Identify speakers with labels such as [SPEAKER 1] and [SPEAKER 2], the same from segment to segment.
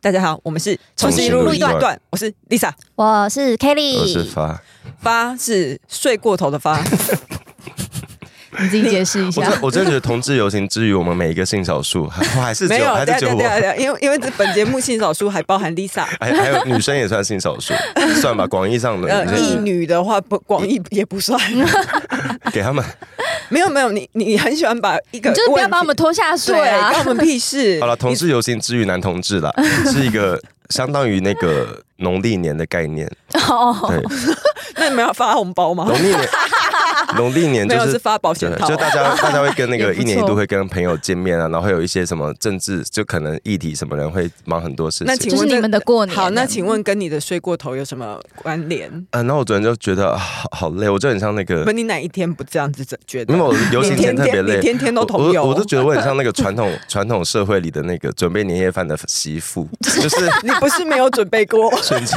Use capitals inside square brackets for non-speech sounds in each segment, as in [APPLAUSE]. [SPEAKER 1] 大家好，我们是
[SPEAKER 2] 重新录一段
[SPEAKER 1] 段，我是 Lisa，
[SPEAKER 3] 我是
[SPEAKER 2] 我是
[SPEAKER 3] Kelly，
[SPEAKER 2] 发，
[SPEAKER 1] 发是睡过头的发，
[SPEAKER 2] [LAUGHS]
[SPEAKER 3] 你自己解释一
[SPEAKER 2] 我
[SPEAKER 3] 下。
[SPEAKER 2] 真我真的觉得同志游行之于我们每一个性少数，还还是只
[SPEAKER 1] 没
[SPEAKER 2] 有
[SPEAKER 1] 有，
[SPEAKER 2] 还
[SPEAKER 1] 对
[SPEAKER 2] 是只有
[SPEAKER 1] 对
[SPEAKER 2] 我，
[SPEAKER 1] 对，因为因为这本节目性少数还包含 Lisa，
[SPEAKER 2] 还还有女生也算性少数， [LAUGHS] 算吧，广义上的
[SPEAKER 1] 呃，
[SPEAKER 2] 女
[SPEAKER 1] 异
[SPEAKER 2] 生
[SPEAKER 1] 女的话不广义也不
[SPEAKER 2] [LAUGHS]
[SPEAKER 1] 算，呃
[SPEAKER 2] 给他们
[SPEAKER 1] 没有没有，你你你很喜欢把一个
[SPEAKER 3] 你就是不要把我
[SPEAKER 1] 问
[SPEAKER 3] 们拖下
[SPEAKER 1] 题
[SPEAKER 3] 水
[SPEAKER 1] 对，
[SPEAKER 3] 啊
[SPEAKER 1] 关！我们屁事
[SPEAKER 2] [LAUGHS] 好。了。同志游行之于男同志啦，是一个相当于那个农历年的概念，
[SPEAKER 3] [LAUGHS] 哦，
[SPEAKER 2] 对，
[SPEAKER 1] 那你们要发红包吗？
[SPEAKER 2] 农历年。农历年就
[SPEAKER 1] 没有
[SPEAKER 2] 是
[SPEAKER 1] 是发保险
[SPEAKER 2] 对
[SPEAKER 1] 套
[SPEAKER 2] 就
[SPEAKER 1] [LAUGHS]
[SPEAKER 2] 大家大家会跟那
[SPEAKER 3] 也
[SPEAKER 2] 个
[SPEAKER 3] 不错
[SPEAKER 2] 一年一度会跟朋友见面啊，然后会有一些什么政治，就可能议题什么人会忙很多事
[SPEAKER 1] 那
[SPEAKER 2] 情。
[SPEAKER 1] 请问
[SPEAKER 3] 就是你们的过年
[SPEAKER 1] 好，那请问跟你的睡过头有什么关联？
[SPEAKER 2] 嗯，那我昨天就觉得啊好好累，我就很像那个
[SPEAKER 1] 不，你哪一天不这样子觉得
[SPEAKER 2] 因为？我游行前特
[SPEAKER 1] [LAUGHS]
[SPEAKER 2] 别
[SPEAKER 1] 你天天
[SPEAKER 2] 累，
[SPEAKER 1] 你天天都同
[SPEAKER 2] 我
[SPEAKER 1] 游
[SPEAKER 2] 我我都觉得我很像那个传统 [LAUGHS] 传统社会里的那个准备年夜饭的媳妇， [LAUGHS] 就是
[SPEAKER 1] 你不是没有准备过？
[SPEAKER 2] 瞬间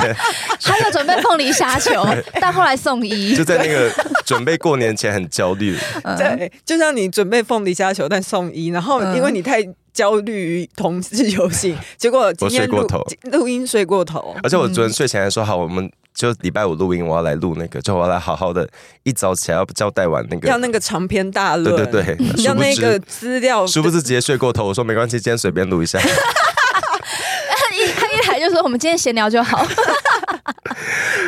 [SPEAKER 3] 还有准备凤梨虾
[SPEAKER 2] [LAUGHS]
[SPEAKER 3] 球，但后来送医嗯
[SPEAKER 2] 就。在那个准备过年前很
[SPEAKER 1] [LAUGHS]
[SPEAKER 2] 焦虑，嗯
[SPEAKER 1] 对，就像你准备凤梨虾球，但送医，然后因为你太焦虑于同志游行，结果今天
[SPEAKER 2] 嗯我
[SPEAKER 1] 录
[SPEAKER 2] 睡过头
[SPEAKER 1] 录音睡过头。
[SPEAKER 2] 而且我昨天睡前还说好，我们就礼拜五录音，我要来录那个，就我要来好好的，一早起来要交代完那
[SPEAKER 1] 要
[SPEAKER 2] 个，
[SPEAKER 1] 那个长篇大论，
[SPEAKER 2] 对
[SPEAKER 1] [LAUGHS]
[SPEAKER 2] 对对
[SPEAKER 1] 要那
[SPEAKER 2] 殊不
[SPEAKER 1] 个
[SPEAKER 2] 知
[SPEAKER 1] 资料，
[SPEAKER 2] 殊不知直接睡过头，我说没关系，今天随便录
[SPEAKER 1] [LAUGHS]
[SPEAKER 2] 一下。
[SPEAKER 3] 一他一来就说我们今天闲聊就
[SPEAKER 2] [LAUGHS]
[SPEAKER 3] 好，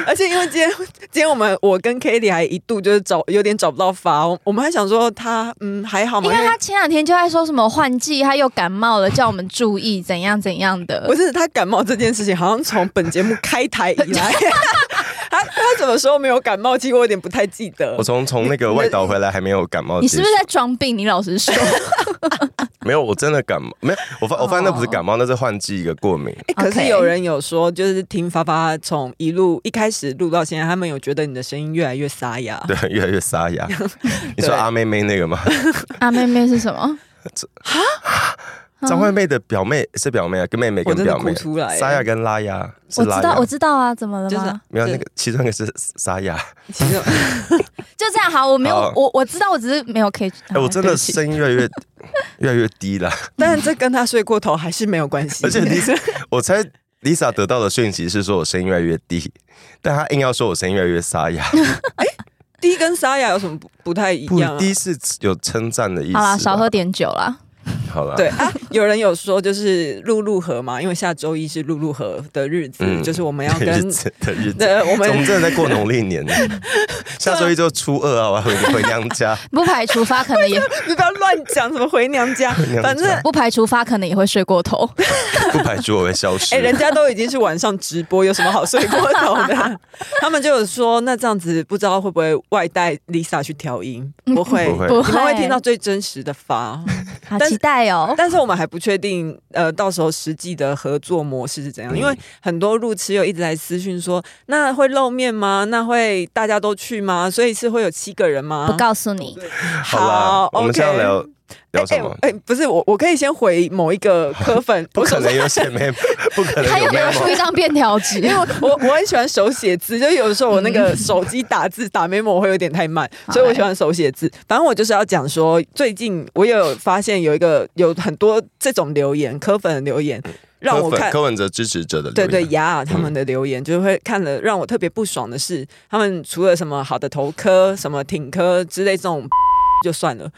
[SPEAKER 1] 而且因为今天 [LAUGHS] 今天我们我跟 k a t i e 还一度就是找有点找不到发，我们还想说他嗯还好
[SPEAKER 3] 因
[SPEAKER 1] 吗？
[SPEAKER 3] 为他前两天就在说什么换季，他又感冒了，叫我们注意怎样怎样的
[SPEAKER 1] 不。是他感冒这件事情，好像从本节目开台以来， [LAUGHS] 他他什么时候没有感冒？其实我有点不太记得
[SPEAKER 2] 我。从从那个外岛回来还没有感冒
[SPEAKER 3] 你
[SPEAKER 2] 结束，
[SPEAKER 3] 是不是在装病？你老
[SPEAKER 1] [LAUGHS]
[SPEAKER 3] 实说，
[SPEAKER 2] 没有，我真的感冒，没有，我发我发现那不是感冒，
[SPEAKER 1] 哦
[SPEAKER 2] 那是换季一个过敏。
[SPEAKER 1] 欸可是
[SPEAKER 3] OK
[SPEAKER 1] 有人有说，就是听发发从一路一开始录到现在，他们有觉得你的声音越来越沙哑。
[SPEAKER 2] 对，越来越沙
[SPEAKER 1] [LAUGHS]
[SPEAKER 2] 哑。你
[SPEAKER 1] 对
[SPEAKER 2] 说阿妹妹那个吗？
[SPEAKER 1] 啊
[SPEAKER 3] 阿妹妹是什么？嗯
[SPEAKER 2] 张惠妹的表妹是表妹啊，跟妹妹
[SPEAKER 1] 我
[SPEAKER 2] 跟
[SPEAKER 1] 真的
[SPEAKER 2] 表妹
[SPEAKER 1] 哭出来
[SPEAKER 2] 沙哑跟拉雅是
[SPEAKER 3] 我
[SPEAKER 2] 拉雅
[SPEAKER 3] 知道，我，啊知道啊，怎么了
[SPEAKER 1] 就是
[SPEAKER 3] 吗？
[SPEAKER 2] 没有
[SPEAKER 1] 就
[SPEAKER 2] 那个其中一个是沙哑。
[SPEAKER 1] 其实 [LAUGHS]
[SPEAKER 3] 就这样好，我没有
[SPEAKER 2] 好，
[SPEAKER 3] 我我知道，我只是没有 K。啊
[SPEAKER 2] 哎，我真
[SPEAKER 3] 对
[SPEAKER 2] 的
[SPEAKER 3] 不起
[SPEAKER 2] 声音越
[SPEAKER 3] [LAUGHS]
[SPEAKER 2] 来越越来越低了，
[SPEAKER 1] 但是这跟他睡过头还是没有关系。
[SPEAKER 2] 而且
[SPEAKER 1] [LAUGHS]
[SPEAKER 2] Lisa，我猜 Lisa 得到的讯息是说我声音越来越低，但她硬要说我声音越来越沙哑，
[SPEAKER 1] 低跟沙哑有什么不不太一
[SPEAKER 2] 不
[SPEAKER 1] 样啊、
[SPEAKER 2] 低是有称赞的意思吧。
[SPEAKER 3] 好啦，少喝点酒啦。
[SPEAKER 2] 好了，
[SPEAKER 1] 对，啊，有人有说就是露露河嘛，因为下周一是露露河的日子，
[SPEAKER 2] 嗯
[SPEAKER 1] 就是我们要
[SPEAKER 2] [LAUGHS] 日
[SPEAKER 1] 跟
[SPEAKER 2] 子的日子。
[SPEAKER 1] 呃我
[SPEAKER 2] 我们
[SPEAKER 1] 们
[SPEAKER 2] 真的在过农历年呢，下周一就初二啊，我要回回娘家。
[SPEAKER 3] 不排除发可
[SPEAKER 1] [LAUGHS]
[SPEAKER 3] 能也
[SPEAKER 1] [LAUGHS] 你不要乱讲什么回娘
[SPEAKER 2] [LAUGHS]
[SPEAKER 1] 家，
[SPEAKER 2] 娘家
[SPEAKER 1] 反正
[SPEAKER 3] 不排除发可能也会睡过头。
[SPEAKER 2] 不排除我会消失。
[SPEAKER 1] 哎、人家都已经是晚上直播，有什么好睡过头
[SPEAKER 2] [LAUGHS]
[SPEAKER 1] 的？他们就有说，那这样子不知道会不会外带 Lisa 去调音？不会，
[SPEAKER 2] 不会
[SPEAKER 3] 不
[SPEAKER 1] 你们会听到最真实的发。
[SPEAKER 3] 好
[SPEAKER 1] 但
[SPEAKER 3] 期待哦。
[SPEAKER 1] 但是我们还不确定，呃，到时候实际的合作模式是怎样？因为很多路痴友一直来私讯说，那会露面吗？那会大家都去吗？所以是会有七个人吗？
[SPEAKER 3] 不告诉你，
[SPEAKER 2] 好啦，我们现在
[SPEAKER 1] OK
[SPEAKER 2] 聊聊什
[SPEAKER 1] 哎
[SPEAKER 2] 么？
[SPEAKER 1] 哎、不是我，我可以先回某一个科粉，
[SPEAKER 2] [LAUGHS] 不
[SPEAKER 1] 我手
[SPEAKER 2] 可能有写 memo，不可能
[SPEAKER 3] 还
[SPEAKER 2] 有
[SPEAKER 3] 有人
[SPEAKER 2] memo
[SPEAKER 3] 出。一张便条
[SPEAKER 2] [LAUGHS]
[SPEAKER 3] 纸，
[SPEAKER 1] 因为我我很喜欢手写字，就有的时候我那
[SPEAKER 2] 嗯
[SPEAKER 1] 个手机打字打 memo 我会有点太慢，
[SPEAKER 3] 好
[SPEAKER 1] 所以我喜欢手写字。反正我就是要讲说，最近我也有发现有一个有很多这种留言，科粉的留言让我
[SPEAKER 2] 嗯柯
[SPEAKER 1] 看
[SPEAKER 2] 粉。柯文哲支持者的留
[SPEAKER 1] 对
[SPEAKER 2] 言嗯
[SPEAKER 1] 对，雅雅他们的留言、就是会看了让我特别不爽的是，他们除了什么好的头科、什么挺科之类这种 [LAUGHS] 就算了，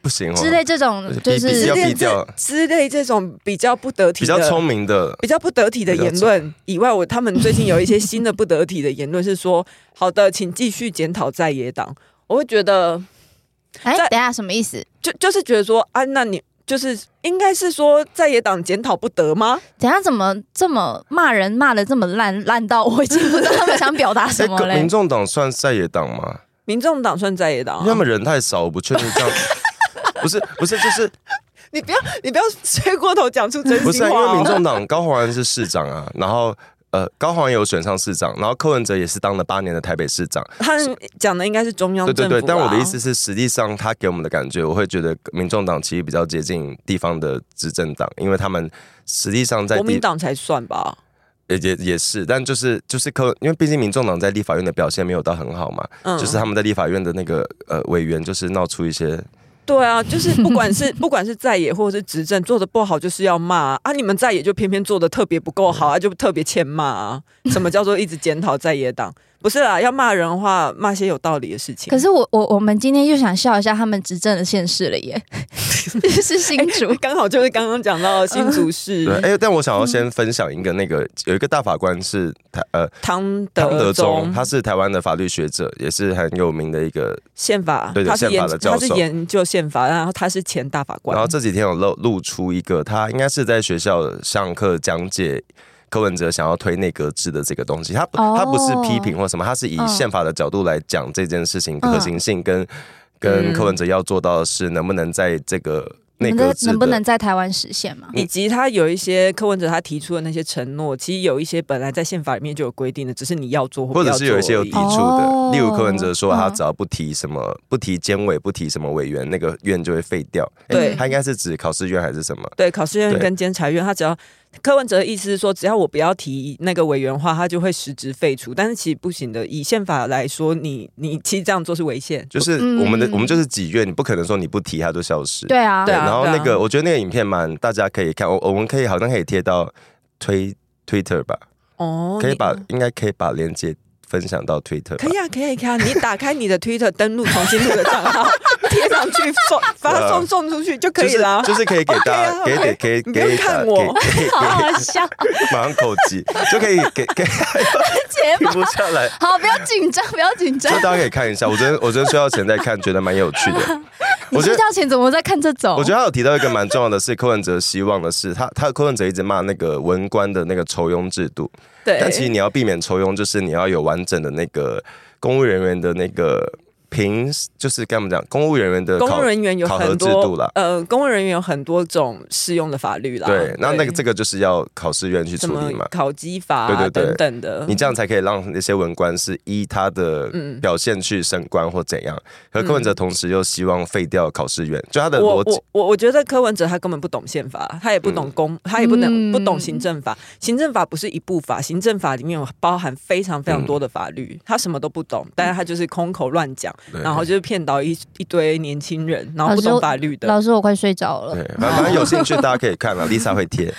[SPEAKER 2] 不行哦，
[SPEAKER 3] [LAUGHS] 之类这种
[SPEAKER 2] 比
[SPEAKER 3] 就
[SPEAKER 2] 比
[SPEAKER 3] 是
[SPEAKER 2] 要
[SPEAKER 1] 之类
[SPEAKER 2] 低调
[SPEAKER 1] 这之类这种比较不得体
[SPEAKER 2] 比
[SPEAKER 1] 的、
[SPEAKER 2] 较聪明的，
[SPEAKER 1] 比较不得体的言论以外，我他们最近有一些新的不得体的言论是说，好的，请继续检讨在野党。我会觉得，
[SPEAKER 3] 哎
[SPEAKER 1] 在，
[SPEAKER 3] 等一下什么意思？
[SPEAKER 1] 就就是觉得说啊，那你就是应该是说在野党检讨不得吗？
[SPEAKER 3] 等一下怎么这么骂人骂的这么烂烂到我已经不知道他们想表达什么
[SPEAKER 2] [LAUGHS] 哎
[SPEAKER 3] 嘞
[SPEAKER 2] 民？众党算在野党吗？
[SPEAKER 1] 民众党算在野党、
[SPEAKER 2] 因为他
[SPEAKER 1] 啊，
[SPEAKER 2] 们人太少，我不确定这样。不是不是，就是
[SPEAKER 1] 你不要你不要睡过头讲出真
[SPEAKER 2] 不是、
[SPEAKER 1] 心
[SPEAKER 2] 啊、因
[SPEAKER 1] 话、
[SPEAKER 2] 为民
[SPEAKER 1] 哦。
[SPEAKER 2] 众党高虹安是市长啊，然后呃高虹安有选上市长，然后柯文哲也是当了八年的台北市长，
[SPEAKER 1] 他讲的应该是中央
[SPEAKER 2] 对
[SPEAKER 1] 政府、
[SPEAKER 2] 对
[SPEAKER 1] 啊。
[SPEAKER 2] 对。但我的意思是，实际上他给我们的感觉，我会觉得民众党其实比较接近地方的执政党，因为他们实际上在
[SPEAKER 1] 国民
[SPEAKER 2] 地
[SPEAKER 1] 党才算吧？
[SPEAKER 2] 也也也是，但就是就是柯，因为毕竟民众党在立法院的表现没有到很好嘛，
[SPEAKER 1] 嗯，
[SPEAKER 2] 就是他们在立法院的那个呃委员就是闹出一些
[SPEAKER 1] 对啊，
[SPEAKER 3] [LAUGHS]
[SPEAKER 1] 就是不管是不管是在野或者是执政，做的不好就是要骂啊！啊你们在野就偏偏做的特别不够好啊，就特别欠骂啊！什么叫做一直检讨在野党？不是啦，要骂人的话，骂些有道理的事情。
[SPEAKER 3] 可是我我我们今天又想笑一下他们执政的县市
[SPEAKER 2] [LAUGHS]
[SPEAKER 3] 了耶，就是新竹。
[SPEAKER 2] 哎
[SPEAKER 1] 刚好就是刚刚讲到的新竹市、
[SPEAKER 2] [LAUGHS] 对，哎、但我想要
[SPEAKER 1] 嗯
[SPEAKER 2] 先分享一个那个有一个大法官是台呃
[SPEAKER 1] 汤
[SPEAKER 2] 汤德
[SPEAKER 1] 德
[SPEAKER 2] 宗，
[SPEAKER 1] 宗
[SPEAKER 2] 他是台湾的法律学者，也是很有名的一个。
[SPEAKER 1] 宪法，
[SPEAKER 2] 对对
[SPEAKER 1] 他是
[SPEAKER 2] 宪
[SPEAKER 1] 研
[SPEAKER 2] 法的教
[SPEAKER 1] 他
[SPEAKER 2] 授
[SPEAKER 1] 是研究宪法，然后他是前大法官
[SPEAKER 2] 然后。这几天有露露出一个，他应该是在学校上课讲解柯文哲想要推内阁制的这个东西。他不
[SPEAKER 3] 哦
[SPEAKER 2] 他不是批评或什么，他是以
[SPEAKER 3] 嗯
[SPEAKER 2] 宪法的角度来讲这件事情
[SPEAKER 3] 嗯
[SPEAKER 2] 可行性跟
[SPEAKER 1] 嗯
[SPEAKER 2] 跟柯文哲要做到的是能不能在这个内
[SPEAKER 3] 你
[SPEAKER 2] 阁
[SPEAKER 3] 们
[SPEAKER 2] 制
[SPEAKER 3] 能不
[SPEAKER 2] 的
[SPEAKER 3] 能在台湾实现嘛？
[SPEAKER 1] 以及他有一些柯文哲他提出的那些承诺，其实有一些本来在宪法里面就有规定的，只是你要做或不
[SPEAKER 2] 或
[SPEAKER 1] 要做
[SPEAKER 2] 者是有一些有
[SPEAKER 1] 而已
[SPEAKER 2] 抵触的，
[SPEAKER 3] 哦
[SPEAKER 2] 例如柯文哲说他
[SPEAKER 3] 嗯
[SPEAKER 2] 只要不提什么、不提监委、不提什么委员，那个院就会废掉。诶
[SPEAKER 3] 嗯
[SPEAKER 1] 对
[SPEAKER 2] 他应该是指考试院还是什么？
[SPEAKER 1] 对，考试院
[SPEAKER 2] 对
[SPEAKER 1] 跟监察院，他只要柯文哲的意思是说，只要我不要提那个委员话，他就会实质废除。但是其实不行的，以宪法来说，你你其实这样做是违宪。
[SPEAKER 2] 就是
[SPEAKER 3] 嗯
[SPEAKER 2] 我们的、
[SPEAKER 3] 嗯
[SPEAKER 2] 我们就是几院，你不可能说你不提它就消失。
[SPEAKER 3] 对啊，
[SPEAKER 1] 对啊
[SPEAKER 2] 然后那
[SPEAKER 1] 对
[SPEAKER 2] 个、
[SPEAKER 1] 啊
[SPEAKER 2] 我觉得那个影片蛮大家可以看，我我们可以好像可以贴到推 Twitter 吧，
[SPEAKER 1] 哦
[SPEAKER 2] 可以
[SPEAKER 1] 你
[SPEAKER 2] 把应该可以把链接分享到 Twitter 吧。
[SPEAKER 1] 可以啊，可以啊，可以啊！你打开你的 Twitter，登录重新录的账号，贴上去送发送送出去就可以啦。
[SPEAKER 2] 呃就是就是可以给大
[SPEAKER 1] [LAUGHS]
[SPEAKER 2] 家，
[SPEAKER 1] OK 啊
[SPEAKER 2] 给给
[SPEAKER 1] 你
[SPEAKER 2] 给
[SPEAKER 1] 不用
[SPEAKER 2] 给打
[SPEAKER 1] 看我 [LAUGHS]
[SPEAKER 2] 给给
[SPEAKER 3] 好好笑，
[SPEAKER 2] 给马上口急，就可以给
[SPEAKER 1] [LAUGHS]
[SPEAKER 2] 给
[SPEAKER 3] 结
[SPEAKER 2] 停 [LAUGHS]
[SPEAKER 3] 巴。
[SPEAKER 2] 不下来。
[SPEAKER 3] 好，不要紧张，不要紧
[SPEAKER 2] 就
[SPEAKER 3] 张。
[SPEAKER 2] 大家可以看一下。我昨天我昨天睡觉前在看，觉得蛮有
[SPEAKER 1] [LAUGHS]
[SPEAKER 2] 趣的。
[SPEAKER 3] 你
[SPEAKER 2] 我觉
[SPEAKER 3] 睡
[SPEAKER 2] 得
[SPEAKER 3] 觉前怎么在看这种？
[SPEAKER 2] 我觉得他有提到一个蛮重要的是，柯文哲希望的是他他柯文哲一直骂那个文官的那个酬庸制度，
[SPEAKER 1] 对，
[SPEAKER 2] 但其实你要避免酬庸，就是你要有完整的那个公务人员的那个评，就是该怎么讲，公务人员的
[SPEAKER 1] 公
[SPEAKER 2] 考
[SPEAKER 1] 务人员有
[SPEAKER 2] 考核
[SPEAKER 1] 很
[SPEAKER 2] 制
[SPEAKER 1] 多
[SPEAKER 2] 度啦
[SPEAKER 1] 呃，公务人员有很多种适用的法律啦。
[SPEAKER 2] 对，那那个这个就是要考试院去
[SPEAKER 1] 什
[SPEAKER 2] 处
[SPEAKER 1] 么
[SPEAKER 2] 理嘛。
[SPEAKER 1] 考基法、啊、
[SPEAKER 2] 对对
[SPEAKER 1] 等
[SPEAKER 2] 对
[SPEAKER 1] 等的，
[SPEAKER 2] 你这样才可以让那些文官是依他的
[SPEAKER 1] 嗯
[SPEAKER 2] 表现去升官或怎样，可柯文哲同时又希望废掉考试院，就他的逻
[SPEAKER 1] 我
[SPEAKER 2] 辑
[SPEAKER 1] 我我我觉得柯文哲他根本不懂宪法，他也不懂公，他也不能、
[SPEAKER 3] 嗯
[SPEAKER 1] 不懂行政法。行政法不是一部法，行政法里面有包含非常
[SPEAKER 2] 嗯
[SPEAKER 1] 非常多的法律，他什么都不懂，但是他就是空口乱讲，
[SPEAKER 2] 对
[SPEAKER 1] 然后就是骗倒一一堆年轻人，然后不
[SPEAKER 3] 老
[SPEAKER 1] 懂
[SPEAKER 3] 师
[SPEAKER 1] 法律的。
[SPEAKER 3] 老师，我快睡着了
[SPEAKER 2] 对。，反反正有兴趣大家可以看了，Lisa 会贴。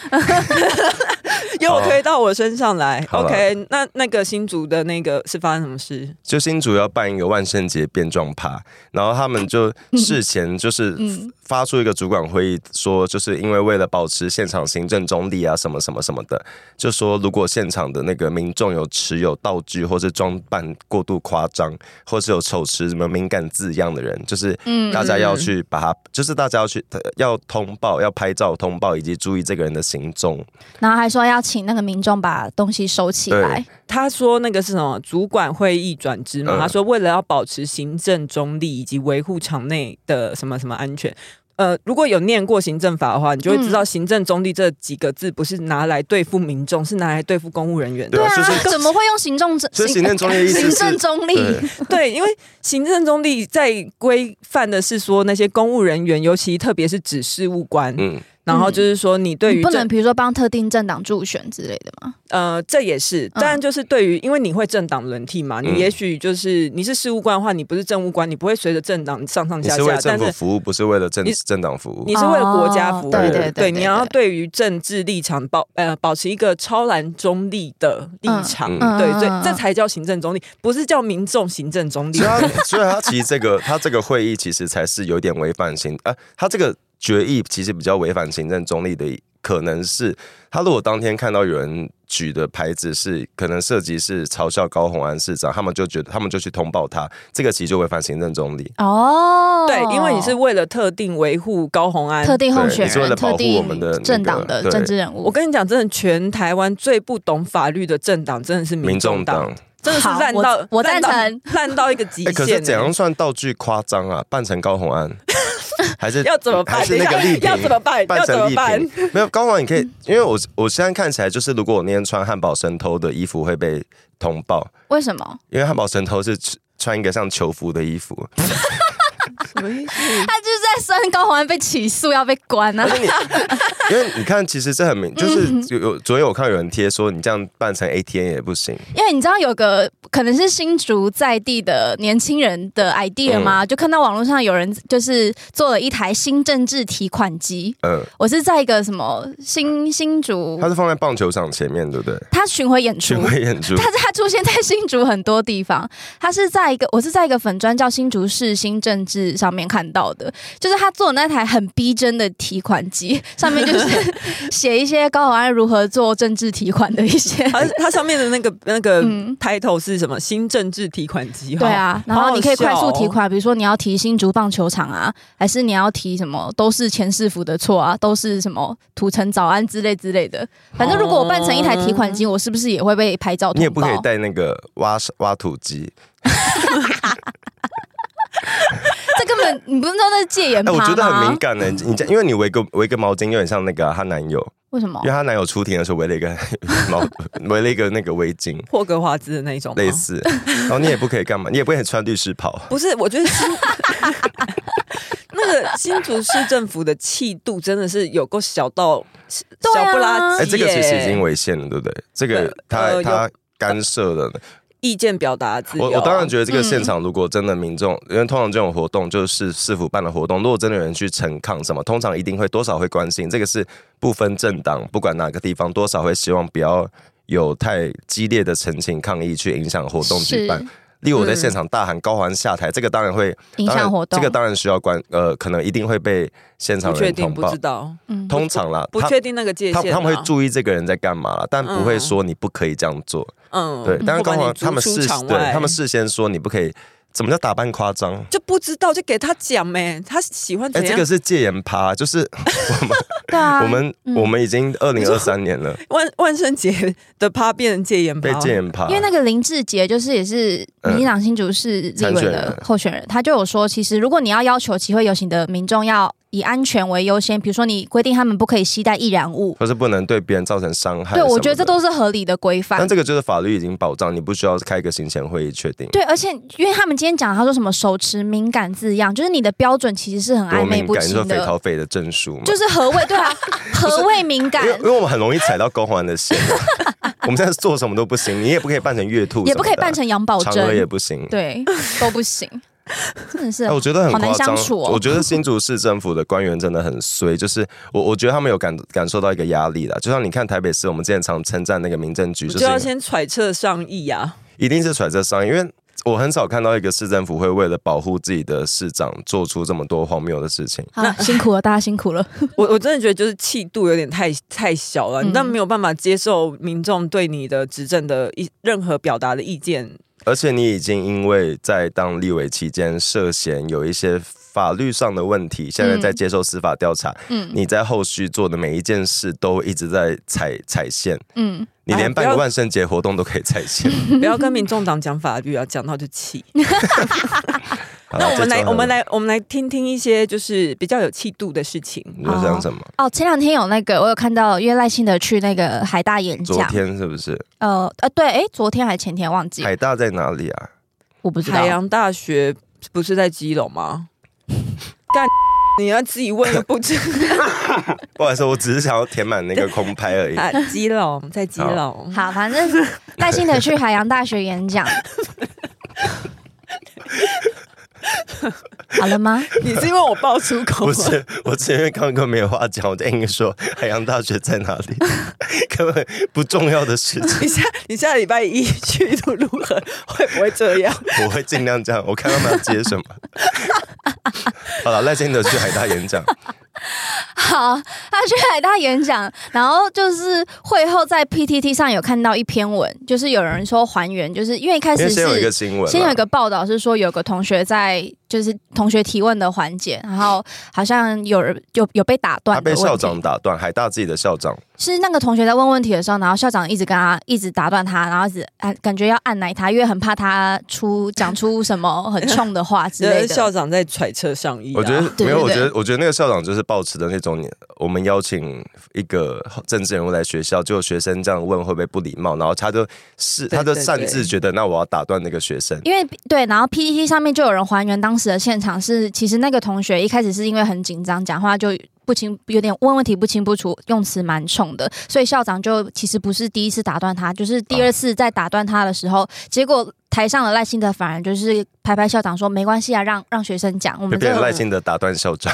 [SPEAKER 1] 又推到我身上来。
[SPEAKER 2] 好啊
[SPEAKER 1] OK，那那个新竹的那个是发生什么事？
[SPEAKER 2] 就新竹要办一个万圣节变装趴，然后他们就事前就是
[SPEAKER 3] 嗯
[SPEAKER 2] 发出一个主管会议，说就是因为为了保持现场行政中立啊，什么什么什么的，就说如果现场的那个民众有持有道具或是装扮过度夸张，或是有手持什么敏感字样的人，就是
[SPEAKER 3] 嗯
[SPEAKER 2] 大家要去把他，就是大家要去呃要通报、要拍照通报，以及注意这个人的行踪。
[SPEAKER 3] 然后还说要请那个民众把东西收起来。
[SPEAKER 1] 他说那个是什么主管会议转职嘛？
[SPEAKER 2] 嗯
[SPEAKER 1] 他说为了要保持行政中立以及维护场内的什么什么安全。呃，如果有念过行政法的话，你就会知
[SPEAKER 3] 嗯
[SPEAKER 1] 道“行政中立”这几个字不是拿来对付民众，是拿来对付公务人员的
[SPEAKER 2] 对。
[SPEAKER 3] 啊
[SPEAKER 2] 所以，
[SPEAKER 3] [LAUGHS] 怎么会用行政哎
[SPEAKER 2] 所以行政中立的意思
[SPEAKER 3] 行
[SPEAKER 2] 是
[SPEAKER 3] 政中
[SPEAKER 1] 哎
[SPEAKER 3] 立
[SPEAKER 2] 对
[SPEAKER 1] 对，因为行政中立在规范的是说那些公务人员，尤其特别是指事务官，
[SPEAKER 2] 嗯，
[SPEAKER 1] 然后就是说你对于
[SPEAKER 3] 你不
[SPEAKER 1] 政
[SPEAKER 3] 能比如说帮特定政党助选之类的嘛？
[SPEAKER 1] 呃，这也是，
[SPEAKER 3] 嗯
[SPEAKER 1] 当然就是对于，因为你会政党轮替嘛，
[SPEAKER 2] 嗯
[SPEAKER 1] 你也许就是你是事务官的话，你不是政务官，你不会随着政党上上
[SPEAKER 2] 你
[SPEAKER 1] 下
[SPEAKER 2] 是为
[SPEAKER 1] 下，但
[SPEAKER 2] 政府
[SPEAKER 1] 是
[SPEAKER 2] 服务，不是为了政
[SPEAKER 1] 你
[SPEAKER 2] 政党服务。
[SPEAKER 1] 你是为了国家服务，
[SPEAKER 3] 哦对
[SPEAKER 2] 对
[SPEAKER 3] 对对
[SPEAKER 1] 你要
[SPEAKER 3] 对
[SPEAKER 1] 对于政治立场保呃保持一个超然中立的立场，
[SPEAKER 2] 嗯
[SPEAKER 1] 对，
[SPEAKER 3] 嗯
[SPEAKER 1] 所
[SPEAKER 3] 嗯
[SPEAKER 1] 以这才叫行政中立，不是叫民众行政中立
[SPEAKER 2] 所以。他， [LAUGHS] 所以他其实这个他这个会呃议其实才是有点违反行啊，他这个决议其实比较违反行政中立的一可能是他如果当天看到有人举的牌子是可能涉及是嘲笑高虹安市长，他们就觉得他们就去通报他，这个其实就违反行政总理。
[SPEAKER 3] 哦，
[SPEAKER 1] 对，因为你是为了特定维护高红安。
[SPEAKER 3] 特定候
[SPEAKER 2] 对
[SPEAKER 3] 选
[SPEAKER 2] 你是为
[SPEAKER 3] 人、
[SPEAKER 2] 了保
[SPEAKER 3] 特
[SPEAKER 2] 护我
[SPEAKER 3] 定
[SPEAKER 2] 们的那
[SPEAKER 3] 政
[SPEAKER 2] 个
[SPEAKER 3] 党的
[SPEAKER 2] 对
[SPEAKER 3] 政治人物，
[SPEAKER 1] 我跟你讲，真的，全台湾最不懂法律的政党真的是
[SPEAKER 2] 民
[SPEAKER 1] 民
[SPEAKER 2] 众
[SPEAKER 1] 众
[SPEAKER 2] 党
[SPEAKER 1] 党，，真的是
[SPEAKER 3] 好
[SPEAKER 1] 烂
[SPEAKER 3] 我
[SPEAKER 1] 到
[SPEAKER 3] 我
[SPEAKER 1] 烂
[SPEAKER 3] 赞
[SPEAKER 1] 到
[SPEAKER 3] 成
[SPEAKER 1] 烂到一个极
[SPEAKER 2] 哎、可是
[SPEAKER 1] 限
[SPEAKER 2] 怎
[SPEAKER 1] 欸。
[SPEAKER 2] 样算道具夸张啊？扮成高
[SPEAKER 1] [LAUGHS]
[SPEAKER 2] 红安，还是
[SPEAKER 1] 要怎么办
[SPEAKER 2] 还是那个
[SPEAKER 1] 等一下
[SPEAKER 2] 丽萍
[SPEAKER 1] 要怎么办
[SPEAKER 2] 扮
[SPEAKER 1] 哎要怎
[SPEAKER 2] 成
[SPEAKER 1] 么
[SPEAKER 2] 丽
[SPEAKER 1] 办
[SPEAKER 2] 萍，没有高红安，你可以，因为我我现在看起来就是，如果我那天穿汉堡神偷的衣服会被通报，
[SPEAKER 3] 为什么？
[SPEAKER 2] 因为汉堡神偷是穿穿一个像囚服的衣服。
[SPEAKER 1] 什么意思？
[SPEAKER 3] 他就是在升高环被起诉要被关
[SPEAKER 2] [LAUGHS]
[SPEAKER 3] 啊！
[SPEAKER 2] 因为你看，其实这很明，
[SPEAKER 1] 嗯
[SPEAKER 2] 就是有有昨天我看有人贴说你这样扮成 ATN 也不行，
[SPEAKER 3] 因为你知道有个可能是新竹在地的年轻人的 idea 吗？
[SPEAKER 2] 嗯
[SPEAKER 3] 就看到网络上有人就是做了一台新政治提款机，
[SPEAKER 1] 哦
[SPEAKER 2] 嗯，
[SPEAKER 3] 我是在一个什么新新竹
[SPEAKER 2] 它，是放在棒球场前面，对不对？
[SPEAKER 3] 他巡回演出
[SPEAKER 1] 嗯
[SPEAKER 2] 巡。回演出，
[SPEAKER 3] 他他出现在新竹很多地方，他是在一个我是在一个粉砖叫新竹市新政治上面看到的，就是他做的那台很逼真的提款机，上面就是写一些高宏安如何做政治提款的一些
[SPEAKER 1] [LAUGHS] 它它上面的那个那个
[SPEAKER 3] 嗯
[SPEAKER 1] title 是什么？新政治提款机哈。
[SPEAKER 3] 对啊，然
[SPEAKER 1] 好
[SPEAKER 3] 后
[SPEAKER 1] 好
[SPEAKER 3] 你可以快速提
[SPEAKER 1] 笑哦。
[SPEAKER 3] 款，比如说你要提新竹棒球场啊，还是你要提什么都是前市府的错啊，都是什么土城早安之类之类的。反正如果我扮成一台提款机，我是不是也会被拍照通报？
[SPEAKER 2] 你也不可以带那个挖挖土机。
[SPEAKER 3] 这根本你不是说那是戒严
[SPEAKER 2] 哎、
[SPEAKER 3] 趴
[SPEAKER 2] 我
[SPEAKER 3] 吗？
[SPEAKER 2] 觉得很敏感呢、你这因为你围个围个毛巾，有点像那个啊她、男友，
[SPEAKER 3] 为什么
[SPEAKER 2] 因为？她男友出庭的时候围了一个 [LAUGHS] 毛，围了一个那个围巾，
[SPEAKER 1] 霍格华兹的那一种吗
[SPEAKER 2] 类似。然后你也不可以干嘛，你也不可以穿律师袍。
[SPEAKER 1] 不是，我觉得新 [LAUGHS] 那个新竹市政府的气度真的是有够小到
[SPEAKER 3] 对啊
[SPEAKER 1] 小不拉
[SPEAKER 2] 哎、
[SPEAKER 1] 几耶、
[SPEAKER 2] 这个其实已经违宪了，对不对？这个他
[SPEAKER 1] 呃
[SPEAKER 2] 他干涉了。
[SPEAKER 1] 意见表达自由。嗯
[SPEAKER 2] 我我当然觉
[SPEAKER 1] 得
[SPEAKER 2] 得这个现场如果真的民众，因为通常这种活动就是市府办的活动，如果真的有人去陈抗什么，通常一定会多少会关心，这个是不分政党，不管哪个地方，多少会希望不要有太激烈的陈情抗议去影响活动举办
[SPEAKER 3] 是。
[SPEAKER 2] 例如我在现场大喊高环下台，这个当然会
[SPEAKER 3] 影
[SPEAKER 2] 当然
[SPEAKER 3] 响活动？
[SPEAKER 2] 这个当然需要关呃，可能一定会被现场
[SPEAKER 1] 不确
[SPEAKER 2] 人
[SPEAKER 1] 定，
[SPEAKER 2] 通
[SPEAKER 1] 不
[SPEAKER 2] 报
[SPEAKER 1] 知。道，
[SPEAKER 3] 嗯
[SPEAKER 2] 通常啦，
[SPEAKER 1] 不
[SPEAKER 2] 他
[SPEAKER 1] 确定那个界限
[SPEAKER 2] 他
[SPEAKER 1] 啊、
[SPEAKER 2] 他们会注意这个人在干嘛啦，但不会
[SPEAKER 1] 嗯
[SPEAKER 2] 说你不可以这样做。
[SPEAKER 1] 嗯
[SPEAKER 2] 对，但是刚好啊
[SPEAKER 1] 好
[SPEAKER 2] 他们事对他们事先说你不可以，怎么叫打扮夸张？
[SPEAKER 1] 就不知道，就给他讲呗、他喜欢
[SPEAKER 2] 哎、
[SPEAKER 1] 怎样？
[SPEAKER 2] 这个是戒严趴，就是我们、
[SPEAKER 3] 对啊，
[SPEAKER 2] 我们、
[SPEAKER 3] 嗯
[SPEAKER 2] 我们已经二零二三年了，
[SPEAKER 1] 万万圣节 [LAUGHS] 的趴变成戒严趴
[SPEAKER 2] 被，戒严趴，
[SPEAKER 3] 因为那个林志杰就是也是
[SPEAKER 2] 嗯
[SPEAKER 3] 民进党新竹市立委的候选人，他就有说，其实如果你要要求集会游行的民众要以安全为优先，比如说你规定他们不可以携带易燃物，
[SPEAKER 2] 或是不能对别人造成伤害。
[SPEAKER 3] 对我觉得这。都是合理的规范
[SPEAKER 2] 但。这个就是法律已经保障，你不需要开一个行前会议确定。
[SPEAKER 3] 对，而且因为他们今天讲，他说什么手持敏感字样，就是你的标准其实是很
[SPEAKER 2] 我
[SPEAKER 3] 暧昧
[SPEAKER 2] 敏
[SPEAKER 3] 啊不
[SPEAKER 2] 感，你说
[SPEAKER 3] 清
[SPEAKER 2] 匪
[SPEAKER 3] 的
[SPEAKER 2] 逃，匪的证书嘛，
[SPEAKER 3] 就是何谓对
[SPEAKER 2] [LAUGHS]
[SPEAKER 3] 啊，何谓敏感
[SPEAKER 2] 因为，因为我们很容易踩到光环的线啊。
[SPEAKER 3] [LAUGHS]
[SPEAKER 2] 我们现在做什么都不行，你也不可以扮成月兔什么的啊，
[SPEAKER 3] 也不可以扮成杨宝
[SPEAKER 2] 嫦娥也
[SPEAKER 3] 珍，
[SPEAKER 2] 不行。
[SPEAKER 3] 对，都不 [LAUGHS] 行，真的是啊
[SPEAKER 2] 哎，我觉得很
[SPEAKER 3] 好难
[SPEAKER 2] 夸张
[SPEAKER 3] 相处哦
[SPEAKER 2] 我觉得新竹市政府的官员真的很衰，就是我我觉得他们有感感受到一个压力啦。就像你看台北市，我们之前常称赞那个民政局，
[SPEAKER 1] 我
[SPEAKER 2] 就
[SPEAKER 1] 就要
[SPEAKER 2] 是
[SPEAKER 1] 先揣测上意啊。
[SPEAKER 2] 一定是揣测商业，因为我很少看到一个市政府会为了保护自己的市长做出这么多荒谬的事情。
[SPEAKER 3] 好 [LAUGHS] 辛苦了，大家辛苦了。
[SPEAKER 1] 我我真的觉得就是气度有点太太小了，你
[SPEAKER 3] 嗯
[SPEAKER 1] 但没有办法接受民众对你的执政的一任何表达的意见，
[SPEAKER 2] 而且你已经因为在当立委期间涉嫌有一些法律上的问题，现在在接受司法调查，
[SPEAKER 3] 嗯
[SPEAKER 2] 你在后续做的每一件事都一直在踩踩线，
[SPEAKER 3] 嗯，
[SPEAKER 2] 你连
[SPEAKER 1] 哎不
[SPEAKER 2] 办
[SPEAKER 1] 要
[SPEAKER 2] 个万圣节活动都可以踩线。
[SPEAKER 1] 不要跟民众党讲法律啊，讲到就
[SPEAKER 2] [LAUGHS]
[SPEAKER 1] 气。
[SPEAKER 2] 好啦
[SPEAKER 1] 那我们来，我们。
[SPEAKER 2] 这种很
[SPEAKER 1] 来，我们来听听一些就是比较有气度的事情。
[SPEAKER 2] 你在讲什么？
[SPEAKER 3] 哦，前两天有那个，我有看到约赖幸德去那个海大演
[SPEAKER 2] 昨
[SPEAKER 3] 讲，
[SPEAKER 2] 天是不是？
[SPEAKER 3] 呃呃，对，诶，昨天还前天忘记，
[SPEAKER 2] 海大在哪里啊？ [LAUGHS]
[SPEAKER 3] 我不知道
[SPEAKER 1] 海。洋大学不是在基隆吗？干，你要自己问又不
[SPEAKER 2] [LAUGHS]
[SPEAKER 1] 知。
[SPEAKER 2] 不好意思，我只是想要填满那个空拍而已
[SPEAKER 3] [LAUGHS]
[SPEAKER 1] 啊，基隆在基隆。 [LAUGHS]
[SPEAKER 3] 好，反正
[SPEAKER 2] [LAUGHS]
[SPEAKER 3] 赖幸德去海洋大学演讲，好了吗？
[SPEAKER 1] 你是因为我爆粗口
[SPEAKER 2] 不
[SPEAKER 1] 吗？
[SPEAKER 2] 是， [LAUGHS] 我只是因为刚刚没有话讲，我就硬说海洋大学在哪里， [LAUGHS] 根本不重要的事情。
[SPEAKER 1] [LAUGHS] 你下你下礼拜一去都如何？会不会这样？
[SPEAKER 2] 我会尽量这样，我看 [LAUGHS]
[SPEAKER 3] [LAUGHS]
[SPEAKER 2] 他们要接什么。好了，赖清德去海大演讲，
[SPEAKER 3] 好，他去海大演讲，然后就是会后在 PTT 上有看到一篇文，就是有人说还原，就是因为一开
[SPEAKER 2] 因
[SPEAKER 3] 始
[SPEAKER 2] 为
[SPEAKER 3] 是
[SPEAKER 2] 先有一个新闻嘛，啊
[SPEAKER 3] 先有一个报道是说，有个同学在就是同学提问的环节，然后好像有人有有被打断
[SPEAKER 2] 他
[SPEAKER 3] 的
[SPEAKER 2] 被
[SPEAKER 3] 问题，
[SPEAKER 2] 校长打断，海大自己的校长，
[SPEAKER 3] 是那个同学在问问题的时候，然后校长一直跟他一直打断他，然后一直按感觉要按奶他，因为很怕他出讲出什么很冲的话之
[SPEAKER 1] [LAUGHS] 呃
[SPEAKER 3] 类的。
[SPEAKER 1] 校长在揣测上意、啊。
[SPEAKER 2] 我觉得
[SPEAKER 1] [LAUGHS]
[SPEAKER 3] 对
[SPEAKER 2] 没有，我
[SPEAKER 3] 对
[SPEAKER 2] 觉
[SPEAKER 3] 对
[SPEAKER 2] 得我觉得那个校长就是抱持的那种，我们邀请一个政治人物来学校，就有学生这样问会不会不礼貌，然后他就是
[SPEAKER 1] 对
[SPEAKER 2] 他就
[SPEAKER 1] 对
[SPEAKER 2] 擅
[SPEAKER 1] 对
[SPEAKER 2] 自觉得那我要打断那个学生，
[SPEAKER 3] 因为对，然后 PPT 上面就有人还原当时的现场是，其实那个同学一开始是因为很紧张，讲话就不清，有点问问题不清不楚，用词蛮冲的，所以校长就其实不是第一次打断他，就是第
[SPEAKER 2] 哦
[SPEAKER 3] 二次在打断他的时候，结果台上的赖幸德反而就是拍拍校长说没关系啊，让让学生讲，我
[SPEAKER 2] 就
[SPEAKER 3] 们
[SPEAKER 2] 变
[SPEAKER 3] 这
[SPEAKER 2] 成
[SPEAKER 3] 个
[SPEAKER 2] 耐心的打断校长。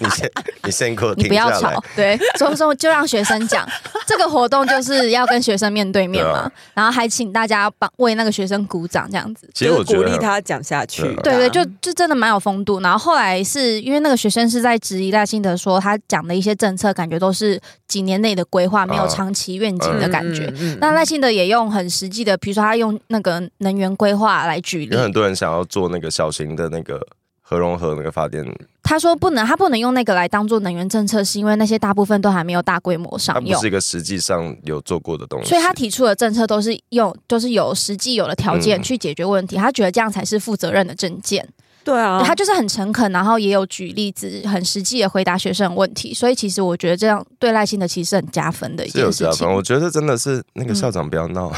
[SPEAKER 2] 你
[SPEAKER 3] [LAUGHS]
[SPEAKER 2] 先你先给我
[SPEAKER 3] 你
[SPEAKER 2] 停
[SPEAKER 3] 不要
[SPEAKER 2] 下来
[SPEAKER 3] 吵，，
[SPEAKER 2] [LAUGHS]
[SPEAKER 3] 对，所以说就让学生讲，这个活动就是要跟学生面对面嘛，
[SPEAKER 2] 对啊
[SPEAKER 3] 然后还请大家帮为那个学生鼓掌这样子。
[SPEAKER 2] 其实我
[SPEAKER 1] 就是
[SPEAKER 2] 觉
[SPEAKER 1] 鼓
[SPEAKER 2] 得
[SPEAKER 1] 励
[SPEAKER 2] 很
[SPEAKER 1] 他讲下去。嗯
[SPEAKER 2] 对
[SPEAKER 3] 对对，就就真的蛮有风度。然后后来是因为那个学生是在质疑赖幸德说他讲的一些政策，感觉都是几年内的规划，没有
[SPEAKER 2] 嗯
[SPEAKER 3] 长期愿景的感觉。
[SPEAKER 1] 嗯嗯
[SPEAKER 3] 那赖幸德也用很实际的，比如说他用那个能源规划来举例
[SPEAKER 2] 有，很多人想要做那个小型的那个核融合那个发电，
[SPEAKER 3] 他说不能，他不能用那个来当做能源政策，是因为那些大部分都还没有大规模
[SPEAKER 2] 它
[SPEAKER 3] 上
[SPEAKER 2] 不
[SPEAKER 3] 用
[SPEAKER 2] 是。一个实际上有做过的东西。
[SPEAKER 3] 所以他提出的政策都是用，就是有实际有了条件
[SPEAKER 2] 嗯
[SPEAKER 3] 去解决问题，他觉得这样才是负责任的政见。
[SPEAKER 1] 对啊，
[SPEAKER 3] 对他就是很诚恳，然后也有举例子，很实际的回答学生的问题。所以其实我觉得这样对赖幸德其实是很加分的一
[SPEAKER 2] 是有
[SPEAKER 3] 件事
[SPEAKER 2] 加分，我
[SPEAKER 3] 情。
[SPEAKER 2] 觉得真的是那个
[SPEAKER 3] 嗯
[SPEAKER 2] 校长不要闹。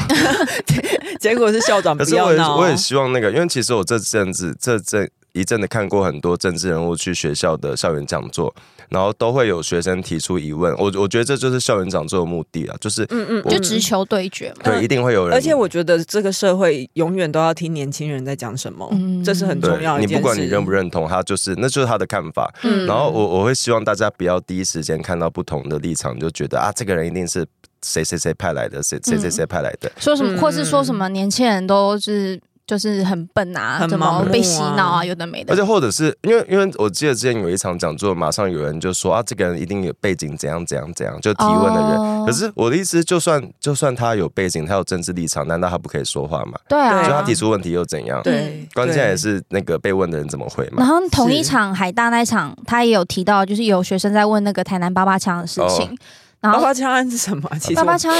[SPEAKER 1] 结果是校长
[SPEAKER 2] 可
[SPEAKER 1] 啊不
[SPEAKER 2] 是我
[SPEAKER 1] 要
[SPEAKER 2] 也
[SPEAKER 1] 闹、
[SPEAKER 2] 我也希望那个，因为其实我这阵子这阵一阵子看过很多政治人物去学校的校园讲座，然后都会有学生提出疑问。我我觉得这就是校园讲座的目的啊，就是
[SPEAKER 1] 嗯嗯，
[SPEAKER 3] 就
[SPEAKER 1] 嗯
[SPEAKER 3] 直。球对决嘛，
[SPEAKER 2] 对，一定会有人。
[SPEAKER 1] 而且我觉得这个社会永远都要听年轻人在讲什么，
[SPEAKER 3] 嗯
[SPEAKER 1] 这是很重要的
[SPEAKER 2] 对
[SPEAKER 1] 一
[SPEAKER 2] 你
[SPEAKER 1] 件事。
[SPEAKER 2] 不管你认不认同，他就是那就是他的看法。
[SPEAKER 3] 嗯
[SPEAKER 2] 然后我我会希望大家不要第一时间看到不同的立场就觉得啊，这个人一定是谁谁谁派来的，谁谁谁谁派来的。
[SPEAKER 3] 说什么，
[SPEAKER 1] 嗯
[SPEAKER 3] 或是说什么年轻人都是就是很笨啊，
[SPEAKER 1] 很
[SPEAKER 3] 怎
[SPEAKER 1] 盲
[SPEAKER 3] 么
[SPEAKER 1] 目啊
[SPEAKER 3] 被洗脑啊，有的没的
[SPEAKER 2] 而且。或者是因为因为我记得之前有一场讲座，马上有人就说啊，这个人一定有背景，怎样怎样怎样，就提问的人。
[SPEAKER 3] 哦
[SPEAKER 2] 可是我的意思，就算就算他有背景，他有政治立场，难道他不可以说话吗？
[SPEAKER 3] 对啊，
[SPEAKER 1] 对
[SPEAKER 2] 就他提出问题又怎样？
[SPEAKER 1] 对，
[SPEAKER 2] 关键也
[SPEAKER 1] 对
[SPEAKER 2] 是那个被问的人怎么回嘛
[SPEAKER 3] 然。后同一
[SPEAKER 1] 是
[SPEAKER 3] 场海大那一场，他也有提到，就是有学生在问那个台南八八枪的
[SPEAKER 2] 哦
[SPEAKER 3] 事情，然
[SPEAKER 1] 八
[SPEAKER 3] 后
[SPEAKER 1] 八枪案是什么啊？其实
[SPEAKER 3] 八
[SPEAKER 1] 我
[SPEAKER 3] 八枪，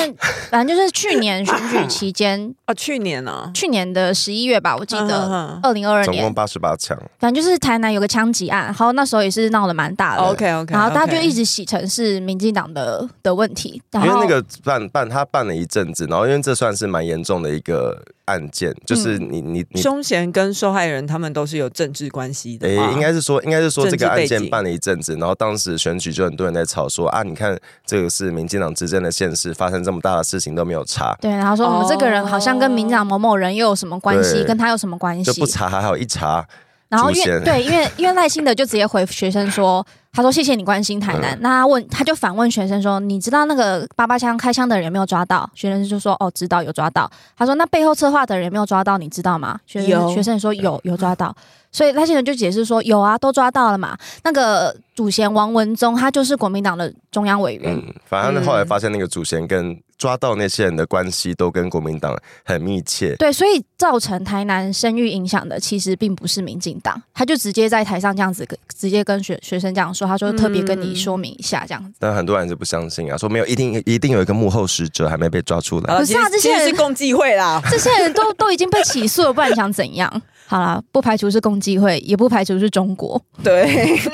[SPEAKER 3] 反正就是去年选举期间， [CLEARS THROAT]
[SPEAKER 1] 啊，去年啊，嗯
[SPEAKER 3] 去年的十一月吧，我记得。
[SPEAKER 1] 得。
[SPEAKER 3] 二零二二
[SPEAKER 2] 总
[SPEAKER 3] 年
[SPEAKER 2] 共，八十八枪，
[SPEAKER 3] 反正就是台南有个枪击案，然后那时候也是闹得蛮大的
[SPEAKER 1] OK OK，
[SPEAKER 3] 呃然后大家就一直洗成是民进党的的问题，然
[SPEAKER 2] 因为
[SPEAKER 3] 后
[SPEAKER 2] 那个办办他办了一阵子，然后因为这算是蛮严重的一个案件，就是
[SPEAKER 3] 嗯
[SPEAKER 2] 你你你
[SPEAKER 1] 凶嫌跟受害人他们都是有政治关系的
[SPEAKER 2] 诶、
[SPEAKER 1] 嘛，
[SPEAKER 2] 应该是说，应该是说这
[SPEAKER 1] 政治
[SPEAKER 2] 个案
[SPEAKER 1] 背
[SPEAKER 2] 件
[SPEAKER 1] 景
[SPEAKER 2] 办了一阵子，然后当时选举就很多人在吵说啊，你看这个是民进党执政的县市，发生这么大的事情都没有查，
[SPEAKER 3] 对，然后说我们这个人好像跟民进党某某人又有什么关系，
[SPEAKER 2] 对
[SPEAKER 3] 跟他有什么关
[SPEAKER 2] 就
[SPEAKER 3] 系
[SPEAKER 2] 不，查还好，一查
[SPEAKER 3] 然后
[SPEAKER 2] 出
[SPEAKER 3] 因为
[SPEAKER 2] 现
[SPEAKER 3] 对，因为因为赖清德就直接回学生说，他说谢谢你关心台
[SPEAKER 2] 嗯
[SPEAKER 3] 南，那他问他就反问学生说，你知道那个八八枪开枪的人有没有抓到？学生就说哦知道有抓到，他说那背后策划的人有没有抓到？你知道吗？学生
[SPEAKER 1] 有
[SPEAKER 3] 学生说有有抓到，所以赖清德就解释说有啊都抓到了嘛，那个主嫌王文宗他就是国民党的中央委员，
[SPEAKER 2] 嗯，反正他们后来发现那个祖先跟抓到那些人的关系都跟国民党很密切，
[SPEAKER 3] 对，所以造成台南声誉影响的其实并不是民进党，他就直接在台上这样子跟，直接跟学学生这样说，他说特别跟你说明一下这样子。
[SPEAKER 2] 但很多人是不相信啊，说没有，一定一定有一个幕后使者还没被抓出
[SPEAKER 1] 好
[SPEAKER 2] 来。
[SPEAKER 1] 了
[SPEAKER 3] 不是
[SPEAKER 1] 其
[SPEAKER 3] 啊
[SPEAKER 1] 实
[SPEAKER 3] 这些
[SPEAKER 1] 其实
[SPEAKER 3] 人
[SPEAKER 1] 是共济会 [LAUGHS] 啦，
[SPEAKER 3] 这些人都都已经被起诉了，不然你想怎样？好啦，不排除是共济会，也不排除是中国。
[SPEAKER 1] 对。 [LAUGHS]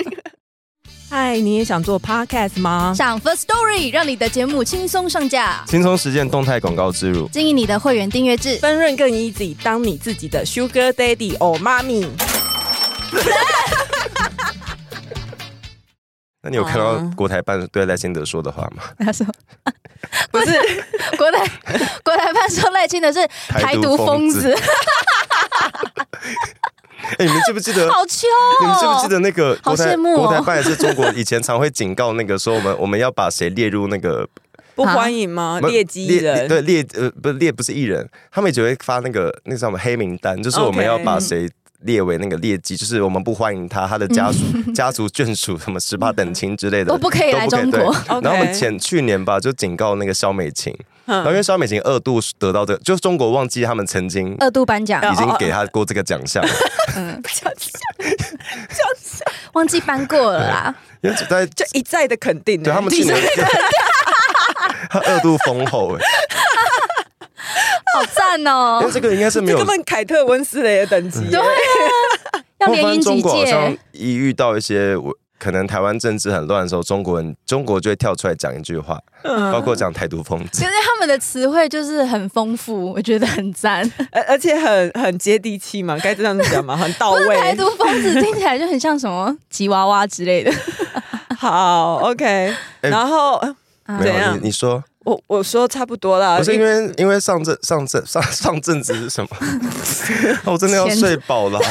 [SPEAKER 1] 嗨，你也想做 podcast 吗？
[SPEAKER 3] 上 First Story 让你的节目轻松上架，
[SPEAKER 2] 轻松实践动态广告植入，
[SPEAKER 3] 经营你的会员订阅制。
[SPEAKER 1] 分润更 easy，当你自己的 sugar daddy or mommy。
[SPEAKER 2] 那你有看到
[SPEAKER 1] 哦
[SPEAKER 2] 国台办对赖清德说的话
[SPEAKER 3] [LAUGHS]
[SPEAKER 2] 吗？
[SPEAKER 3] 他说
[SPEAKER 1] 不是，
[SPEAKER 3] 国台国台办说赖清德是台独疯子，
[SPEAKER 2] 哎，你们记不记得 [LAUGHS]
[SPEAKER 3] 好糗、哦。
[SPEAKER 2] 你们记不记得那个
[SPEAKER 3] 好
[SPEAKER 2] 国台
[SPEAKER 3] 羡慕哦 [LAUGHS]
[SPEAKER 2] 国台办也是中国以前常会警告那个说我们我们要把谁列入那个
[SPEAKER 1] 不欢迎
[SPEAKER 3] 啊
[SPEAKER 1] 吗？啊劣迹艺人，
[SPEAKER 2] 对列呃不是列不是艺人，他们以前会发那个那个叫什么黑名单，就是我
[SPEAKER 1] OK
[SPEAKER 2] 们要把谁列为那个劣迹，就是我们不欢迎他，他的
[SPEAKER 3] [LAUGHS]
[SPEAKER 2] 家属、家族眷属什么十八等亲之类的
[SPEAKER 3] 都不可以来
[SPEAKER 2] 都不
[SPEAKER 3] 中
[SPEAKER 2] 可以
[SPEAKER 3] 国。
[SPEAKER 2] 对
[SPEAKER 1] OK
[SPEAKER 2] 然后我们前去年吧，就警告那个肖美琴，然后因
[SPEAKER 1] 嗯
[SPEAKER 2] 为肖美琴二度得到这个，就是中国忘记他们曾经
[SPEAKER 3] 二度颁奖，
[SPEAKER 2] 已经给他过这个奖
[SPEAKER 3] [LAUGHS]
[SPEAKER 2] 项，
[SPEAKER 3] 嗯，忘记颁过了啦。
[SPEAKER 2] 因为在
[SPEAKER 1] 就一再的肯定欸、
[SPEAKER 2] 对他们去年 [LAUGHS] 他二度封后
[SPEAKER 3] 哦
[SPEAKER 2] 哎、
[SPEAKER 3] 好赞
[SPEAKER 2] 因 [LAUGHS]
[SPEAKER 3] 哦
[SPEAKER 2] 为！这个应该是没
[SPEAKER 1] 这
[SPEAKER 2] 有
[SPEAKER 1] 根。本凯特温斯雷的等级、欸，
[SPEAKER 3] 啊要
[SPEAKER 2] 我
[SPEAKER 3] 连
[SPEAKER 2] 发现
[SPEAKER 3] 赢
[SPEAKER 2] 中
[SPEAKER 3] 几
[SPEAKER 2] 国好像
[SPEAKER 3] 届？
[SPEAKER 2] 一遇到一些我可能台湾政治很乱的时候，中国人中国就会跳出来讲一句话，包括讲台独风
[SPEAKER 3] 其
[SPEAKER 2] 气
[SPEAKER 3] 实。他们的词汇就是很丰富，我觉得很赞。
[SPEAKER 1] 而而且很很接地气嘛，该这样子讲嘛，很到
[SPEAKER 3] 不
[SPEAKER 1] [LAUGHS]
[SPEAKER 3] 是台
[SPEAKER 1] 位。
[SPEAKER 3] 独疯子听起来就很像什么吉娃娃之类的。
[SPEAKER 1] 好，OK。
[SPEAKER 2] 哎
[SPEAKER 1] 然后
[SPEAKER 3] 啊
[SPEAKER 2] 没
[SPEAKER 1] 怎
[SPEAKER 2] 有
[SPEAKER 1] 样啊
[SPEAKER 2] 你，你说
[SPEAKER 1] 我我说差不多啦，
[SPEAKER 2] 不是因为因为上阵上阵上上阵子是什么？哦我真的要
[SPEAKER 3] 前
[SPEAKER 2] 睡饱了。
[SPEAKER 3] [LAUGHS]
[SPEAKER 2] 啊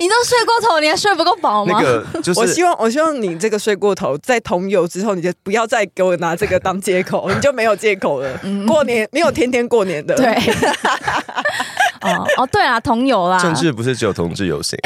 [SPEAKER 3] 你都睡过头，你还睡不够饱吗
[SPEAKER 2] 那？个就
[SPEAKER 1] 我
[SPEAKER 2] 是
[SPEAKER 1] 希望，我希望你这个睡过头，在同游之后，你就不要再给我拿这个当借
[SPEAKER 2] [LAUGHS]
[SPEAKER 1] 口，你就没有借口了。过年没有天天过年的，
[SPEAKER 3] 嗯对，。 [LAUGHS] 哦哦，对啦，同游啦。
[SPEAKER 2] 政治不是只有同志游行，